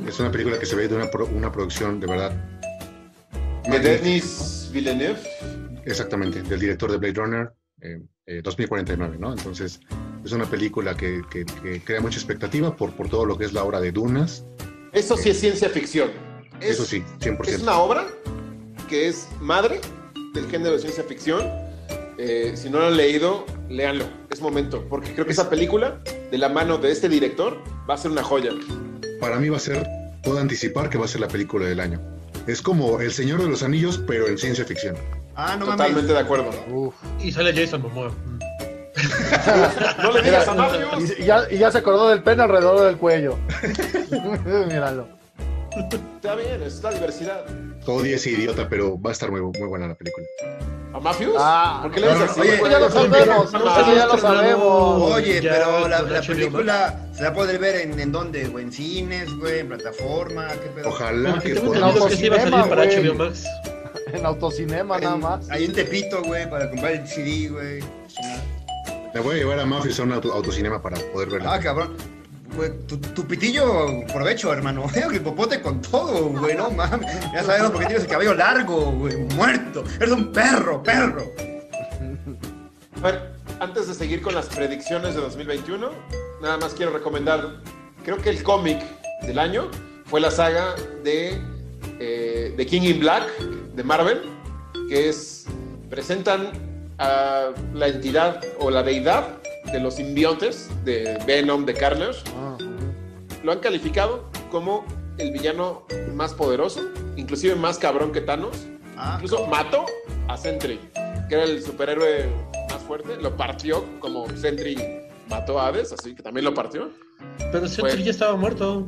es una película que se ve de una, pro- una producción de verdad, De Denis Villeneuve. exactamente, del director de Blade Runner, eh, eh, 2049, ¿no? Entonces, es una película que, que- que crea mucha expectativa por, por todo lo que es la obra de Dunas. Eso sí es ciencia ficción. Es- Eso sí, 100%. Es una obra que es madre del género de ciencia ficción. Eh, si no lo han leído, léanlo. Es momento, porque creo que esa película, de la mano de este director, va a ser una joya. para mí va a ser, puedo anticipar que va a ser la película del año. Es como El Señor de los Anillos, pero en ciencia ficción. Ah, no Totalmente de mames. acuerdo. Uf. Y sale Jason Momoa. Mm. No le digas a Marius. Y, y ya, y ya se acordó del pene alrededor del cuello. Míralo. Está bien, es la diversidad. Todo día es idiota, pero va a estar muy, muy buena la película. ¿A Mafius? Ah, ¿Por qué le dices no, así? Pues no, oye, güey? ya lo sabemos, no, eso ya lo sabemos. Oye, Ya, pero la, con la HBO película se va a poder ver en, en dónde, güey, en cines, güey, en plataforma, qué pedo. Ojalá Max. que Tengo podamos- entendido podamos... que sí iba a salir para Güey. HBO Max. En autocinema nada En- más. Ahí en Tepito, güey, para comprar el CD, güey. Me voy a llevar a Mafis a un auto- autocinema para poder verla. Ah, cabrón. Güey, tu, tu pitillo, provecho, hermano. El popote con todo, güey, no mames. Ya sabemos por qué tienes el cabello largo, güey, muerto. Eres un perro, perro. A ver, antes de seguir con las predicciones de 2021, nada más quiero recomendar, creo que el cómic del año fue la saga de, eh, de King in Black de Marvel, que es, presentan a la entidad o la deidad de los simbiontes, de Venom, de Carnage, Ah, ujú. lo han calificado como el villano más poderoso, inclusive más cabrón que Thanos, Ah, Incluso mató a Sentry, que era el superhéroe más fuerte. Lo partió como Sentry mató a Hades, así que también lo partió. Pero Sentry Güey. ya estaba muerto.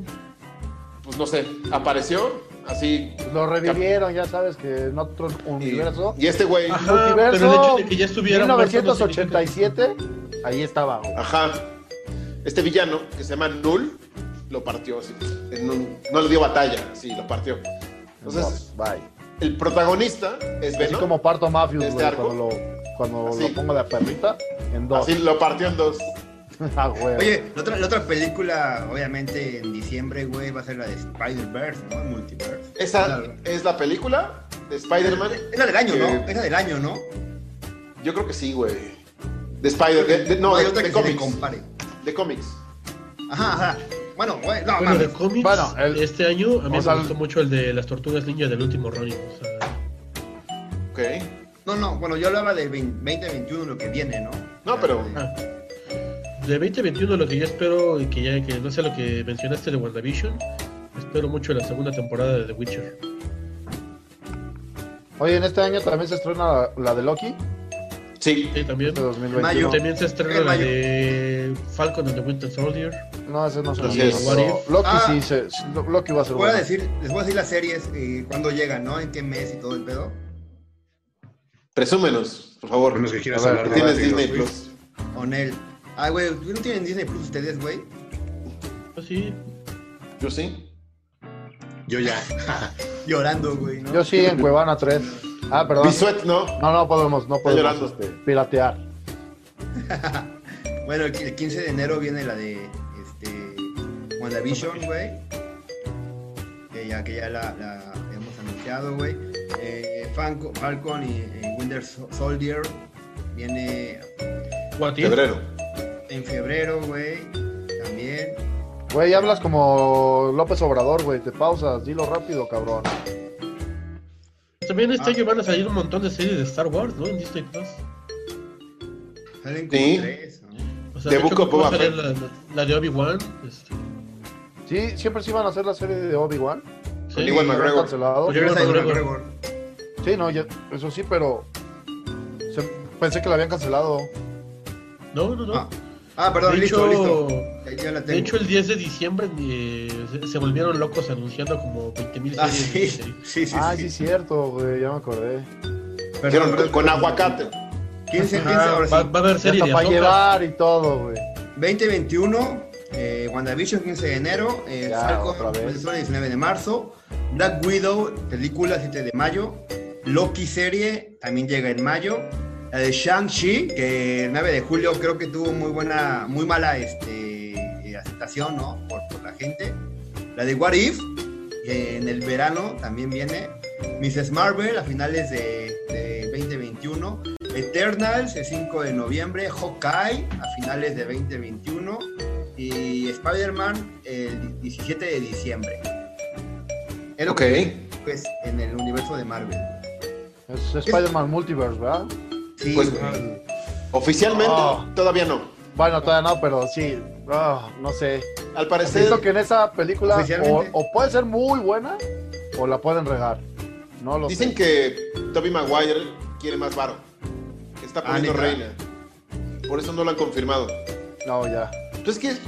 Pues no sé, apareció así. Lo revivieron, ya sabes que en otro Y, universo. y este güey, Ajá, Multiverso, pero el hecho de que ya estuviera muerto no significa- 1987, ahí estaba. güey. ajá, este villano que se llama Null, lo partió así. en un- no le dio batalla, sí, lo partió. Entonces, Entonces, bye. el protagonista es Así Venom. como parto Mafius, ¿Este güey, arco? cuando, lo, cuando Así. lo pongo de perrita, en dos. Así lo partió en dos. Ah, güey. Oye, la otra, la otra película, obviamente, en diciembre, güey, va a ser la de Spider-Verse, ¿no? El Multiverse. Esa Claro. es la película de Spider-Man. Es la del año, ¿no? que- Es la del año, ¿no? Yo creo que sí, güey. De Spider, de- de- no, hay de, otra de que se le cómics. compare. de cómics. Ajá, ajá. Bueno, güey, no, Bueno, mames. de cómics, Bueno, el- este año a mí o sea, me gustó mucho el de las tortugas ninja del último Ronin. O sea, Ok. No, no, bueno, yo hablaba del 20 2021, lo que viene, ¿no? No, pero- ah. de 2021 lo que yo espero y que ya que no sea lo que mencionaste de WandaVision, espero mucho la segunda temporada de The Witcher. Oye, en este año también se estrena la, la de Loki, Sí. Sí, también. este 2021. Mayo. También se estrena En la mayo. de Falcon and the Winter Soldier. No, ese no se Así lo es. digo, pero Loki Ah. sí, se, sí, lo- Loki va a ser Voy a bueno. decir, les voy a decir las series, eh, cuándo llegan, ¿no? En qué mes y todo el pedo. Presúmenos, por favor. Por menos que quieras A ver, hablar de Tienes Taylor Disney Swift. Plus. Onel. Ah, güey, ¿no tienen Disney Plus ustedes, güey? Pues sí, Yo sí. Yo ya. Llorando, güey, ¿no? Yo sí, en Cuevana 3. Ah, perdón. Bisuet, no. No, no podemos, no podemos llorando. este, piratear. Bueno, el qui- el 15 de enero viene la de este, WandaVision, güey. Que ya, que ya la, la hemos anunciado, güey. Eh, Fanco- Falcon y, y Winter Sol- Soldier viene What If, Febrero. en febrero, güey. También. Güey, hablas como López Obrador, güey. Te pausas, dilo rápido, cabrón. También este Ah. año van a salir un montón de series de Star Wars, ¿no? En Disney Plus. Salen como Sí. tres, ¿no? O The sea, de hecho, Book of va a Boba salir la, la- la de Obi-Wan. este, Sí, siempre sí van a hacer la serie de Obi-Wan. sí. Con Ewan ¿La han McGregor. cancelado? Pues yo- Regresa Ewan McGregor. McGregor. Sí, no, ya- eso sí, pero se- pensé que la habían cancelado. No, no, no. Ah, ah, perdón, de, listo, hecho, listo. Ya- ya la de tengo. hecho, el 10 de diciembre eh, se, se volvieron locos anunciando como 20.000 Ah, series. sí, de sí, series. sí, sí. ah, sí, cierto, güey, ya me acordé. Perdón, Dijeron, perdón. con aguacate. 15, 15, Ajá, ahora sí. Ah, va, va a haber Ya serie está de para Ahsoka. llevar y todo, güey. 2021, eh, WandaVision 15 de enero, eh, Ya, Falcon otra vez. Winter Soldier, 19 de marzo, Black Widow, película 7 de mayo, Loki serie también llega en mayo, la de Shang-Chi, que el 9 de julio creo que tuvo muy buena, muy mala este, eh, aceptación ¿no? por, por la gente, la de What If, que en el verano también viene, Mrs. Marvel a finales de, de 2021, Eternals el 5 de noviembre, Hawkeye a finales de 2021 y Spider-Man el 17 de diciembre. Es lo Ok. que pues en el universo de Marvel. Es Spider-Man Multiverse, ¿verdad? Sí, Pues, güey. Oficialmente, Oh. todavía no. Bueno, todavía no, pero sí. ah, no sé. Al parecer, Siento que en esa película o, Oficialmente. o puede ser muy buena o la pueden regar. No lo dicen sé. que Toby Maguire quiere más varo. Que está Ah, poniendo ¿neta? reina. Por eso no lo han confirmado. No, ya. Entonces, Pues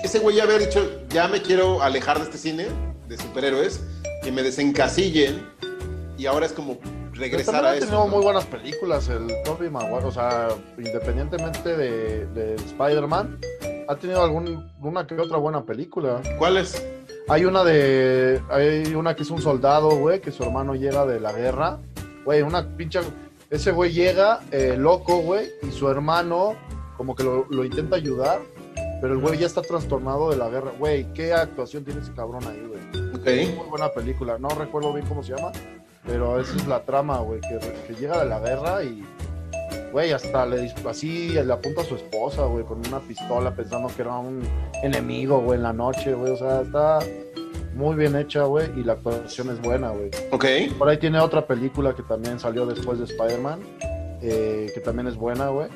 que ese güey ya había dicho, ya me quiero alejar de este cine de superhéroes, que me desencasillen, y ahora es como Pero regresar también a ha eso. tenido ¿no? muy buenas películas el Tobey Maguire. O sea, independientemente de, de Spider-Man, ha tenido algún, una que otra buena película. ¿Cuál es? Hay una de. Hay una que es un soldado, güey, que su hermano llega de la guerra. Güey, una pincha. Ese güey llega eh, loco, güey, y su hermano, como que lo, lo intenta ayudar, pero el güey ya está trastornado de la guerra. Güey, qué actuación tiene ese cabrón ahí, güey. Ok. Muy buena película. No recuerdo bien cómo se llama, pero esa es la trama, güey, que, que llega de la guerra y. Güey, hasta le dis- así le apunta a su esposa, güey, con una pistola pensando que era un enemigo, güey, en la noche, güey. O sea, está muy bien hecha, güey, y la actuación es buena, güey. Ok. Por ahí tiene otra película que también salió después de Spider-Man, eh, que también es buena, güey.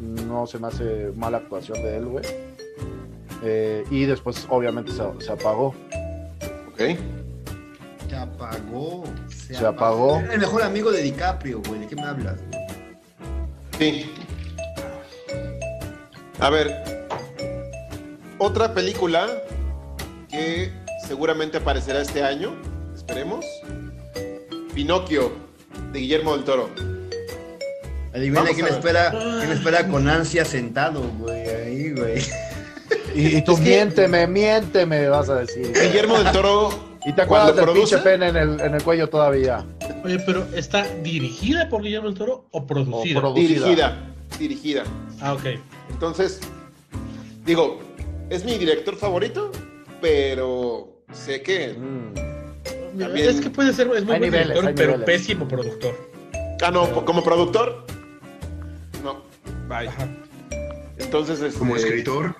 No se me hace mala actuación de él, güey. Eh, y después, obviamente, se, se apagó. Ok. Se apagó. Se, Se apagó. Era el mejor amigo de DiCaprio, güey. ¿De qué me hablas? güey? Sí. A ver. Otra película que seguramente aparecerá este año, esperemos. Pinocchio, de Guillermo del Toro. Adivina Vamos quién a ver. espera, quién espera con ansia sentado, güey. Ahí, güey. Y, y tú Es que- miénteme, miénteme, vas a decir. güey. Guillermo del Toro. Y te acuerdas cuando del pinche produce- pene en el, en el cuello todavía. Oye, pero ¿está dirigida por Guillermo del Toro o producida? O produ- Dirigida. Dirigida. ah, ok. Entonces, digo, es mi director favorito, pero sé que. Mm. Mira, También- Es que puede ser, es muy Hay buen niveles, director, hay pero niveles. pésimo productor. Ah, no, po- como productor. No, bye. Ajá. Entonces, este, Eh, Como escritor,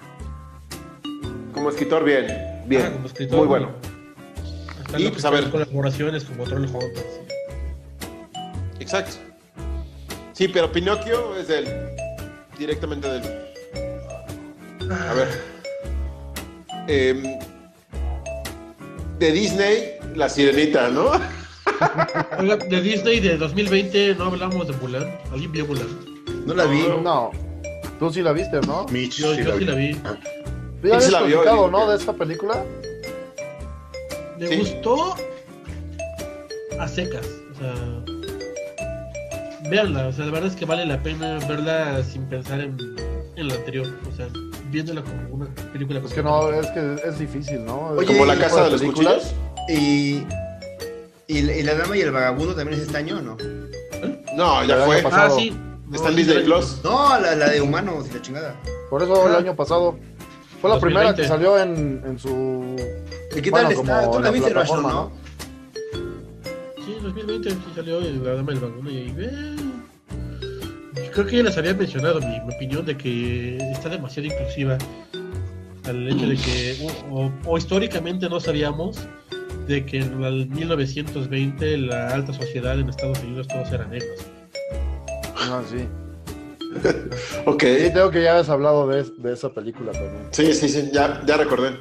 Como escritor, bien. Bien. Ah, como escritor, Muy bueno. Están Y, las pues, a ver. colaboraciones como Troll Hunt. así. Exacto. Sí, pero Pinocchio es de él. Directamente de él. A ver. Em, de Disney, La Sirenita, ¿no? Oiga, de Disney de 2020 no hablamos de Mulan. ¿Alguien vio Mulan? No la vi. No. Tú sí la viste, ¿no? Mitch, Yo- yo sí la vi. Ah, ¿Ya Él habías se la vio, platicado, digo ¿no? que- De esta película. Me Sí. gustó a secas. O sea, verla. O sea, la verdad es que vale la pena verla sin pensar en, en la anterior. O sea, viéndola como una película. Es como que no, es que es difícil, ¿no? Oye, Como ¿y La tipo Casa de, de los películas? Cuchillos. Y, y, y la dama y el vagabundo también es este año, ¿no? No, El ya año fue. pasado. Ah, sí. Está en Disney Plus. No, la, la de humanos y la chingada. Por eso el Ajá. año pasado fue la 2020. primera que salió en, en su. ¿Y qué bueno, tal está? como Tú la también se lo plataforma, ¿no? Sí, en 2020 sí salió el- La Dama del Vaguno y eh, yo creo que ya les había mencionado mi, mi opinión de que está demasiado inclusiva al hecho de que, o, o- o históricamente no sabíamos de que en el 1920 la alta sociedad en Estados Unidos todos eran negros. Ah, sí. Ok. Sí, creo que ya habías hablado de, de esa película también. Sí, sí, sí, ya, ya recordé.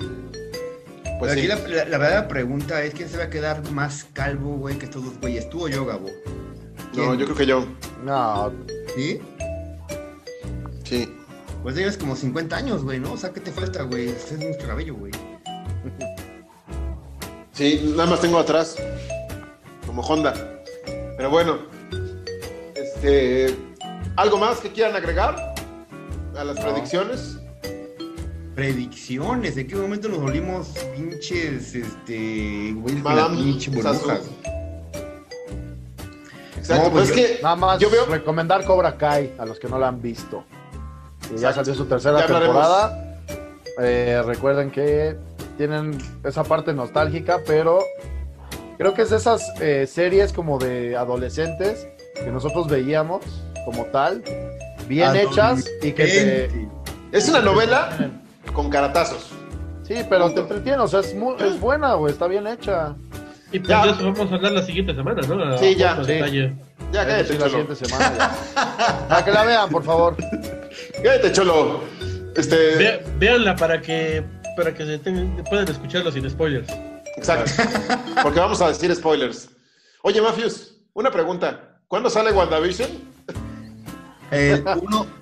Pues Pues Aquí sí. la, la- la verdadera pregunta es: ¿quién se va a quedar más calvo, güey, que estos dos güeyes? ¿Tú o yo, Gabo? No, yo creo que yo. No, ¿Sí? Sí. Pues tienes como 50 años, güey, ¿no? O sea, ¿qué te falta, güey? Este es nuestro cabello, güey. Sí, nada más tengo atrás. Como Honda. Pero bueno. Este. ¿Algo más que quieran agregar? A las No. predicciones. Predicciones, ¿de qué momento nos volvimos pinches, este, güey, con la Madame pinche burbuja? Sassou. Exacto. No, pues es pues yo- que nada más yo veo. recomendar Cobra Kai a los que no la han visto. Y ya Exacto. salió su tercera Ya hablaremos. temporada. Eh, recuerden que tienen esa parte nostálgica, pero creo que es de esas eh, series como de adolescentes que nosotros veíamos como tal, bien Ah, hechas y que te, Gente. Es una novela con caratazos. sí, pero te entretiene, o sea, es, mu- es buena, güey, está bien hecha. Y pues Ya. ya. eso vamos a hablar la siguiente semana, ¿no? A- Sí, ya, a sí. detalle. Ya, Eso cállate, sí, la Cholo. siguiente semana. ya. Para que la vean, por favor. Cállate, Cholo. Este. Ve- véanla para que para que se tengan- puedan escucharla sin spoilers. Exacto. Porque vamos a decir spoilers. Oye, Mafius, una pregunta. ¿Cuándo sale WandaVision? El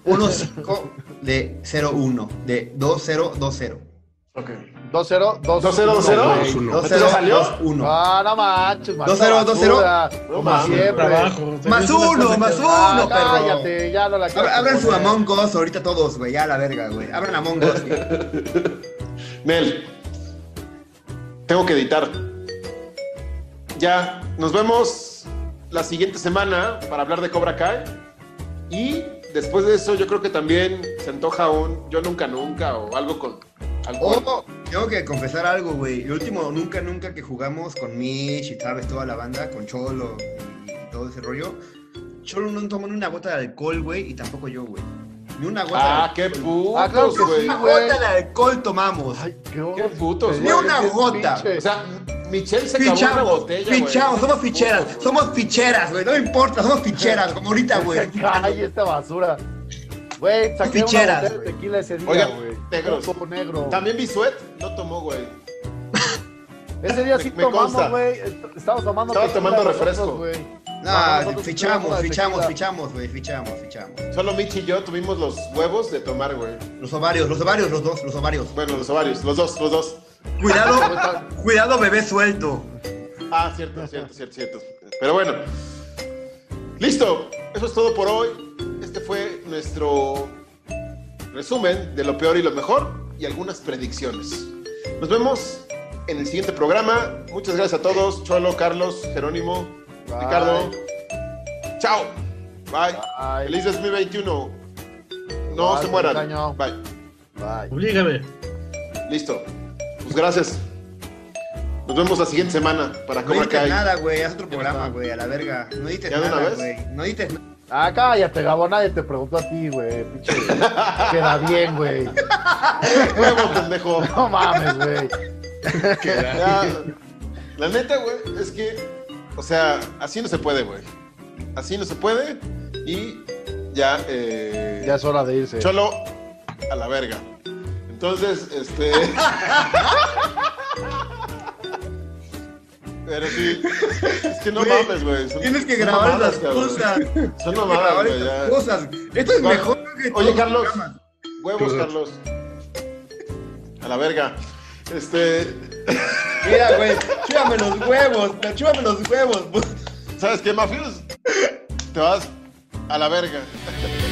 1-5 de 01, de 2020. Ok. 2-0, 2-0, 2-0. 2-1. ¿Esto salió? 1. Ah, no manches, maldita 2-0, 2-0. basura. No Como mames, siempre. Trabajo. o sea, Más es una uno, cosa más que- uno. Ah, perro. cállate, ya no la quiero Abran su poner. Among Us ahorita todos, güey, ya a la verga, güey. Abran Among Us. güey. Mel, tengo que editar. Ya, nos vemos la siguiente semana para hablar de Cobra Kai. Y después de eso, yo creo que también se antoja un Yo Nunca Nunca o algo con alcohol. Oh, tengo que confesar algo, güey. El último nunca, nunca que jugamos con Mitch y sabes, toda la banda, con Cholo y, y todo ese rollo. Cholo no tomó ni una gota de alcohol, güey, y tampoco yo, güey. Ni una gota ah, qué Ah, claro putos, que güey. sí, de güey. Una gota de alcohol tomamos. Ay, Qué putos, Te güey. digo Ni una que es gota. pinche. O sea, Michelle se acabó una Fichamos, botella, güey. fichamos, somos ficheras, Putos, güey. somos ficheras, güey, no me importa, somos ficheras, como ahorita, güey. Ay, esta basura. Güey, saqué una Ficheras, botella de güey. tequila ese día, Oigan, güey. negros. Todo negro. También Bisuet no tomó, güey. Ese día me- sí me consta. tomamos, güey. Est- Estábamos tomando Estaba tequila tomando nosotros, refresco. güey. No, Nosotros fichamos, tomamos fichamos, tequila. fichamos, güey, fichamos, fichamos. Solo Mitch y yo tuvimos los huevos de tomar, güey. Los ovarios, los ovarios, los dos, los ovarios. Bueno, los ovarios, los dos, los dos. Cuidado, cuidado, bebé suelto. Ah, cierto, cierto, cierto, cierto. Pero bueno. Listo. Eso es todo por hoy. Este fue nuestro resumen de lo peor y lo mejor y algunas predicciones. Nos vemos en el siguiente programa. Muchas gracias a todos. Cholo, Carlos, Jerónimo, Bye. Ricardo. Chao. Bye. Bye. Feliz 2021. No Igual, se feliz año. mueran. Bye. Bye. Oblígame. Listo. Pues gracias. Nos vemos la siguiente semana para No Cobra dices Kai. nada, güey, haz otro programa, güey, a la verga. No dices ¿Ya de una nada, vez? güey. No dices nada. Ah, cállate, Gabo, nadie te preguntó a ti, güey. Pinche. Queda bien, güey. Huevo, pendejo. No mames, güey. Ya, la neta, güey, es que, o sea, así no se puede, güey. Así no se puede y ya, eh, Ya es hora de irse. Cholo a la verga. Entonces, este. Pero sí, es que no Güey, mames, güey. son- Tienes que son grabar mamadas, las cabrón. cosas. Tienes Son que grabar mamadas, güey. estas ya. cosas. Esto es Bueno. mejor que todos Oye, los Carlos. programas. Huevos, Carlos. A la verga. Este. Mira, güey, chúvame los huevos, chúvame los huevos. ¿Sabes qué, Mafios? Te vas a la verga.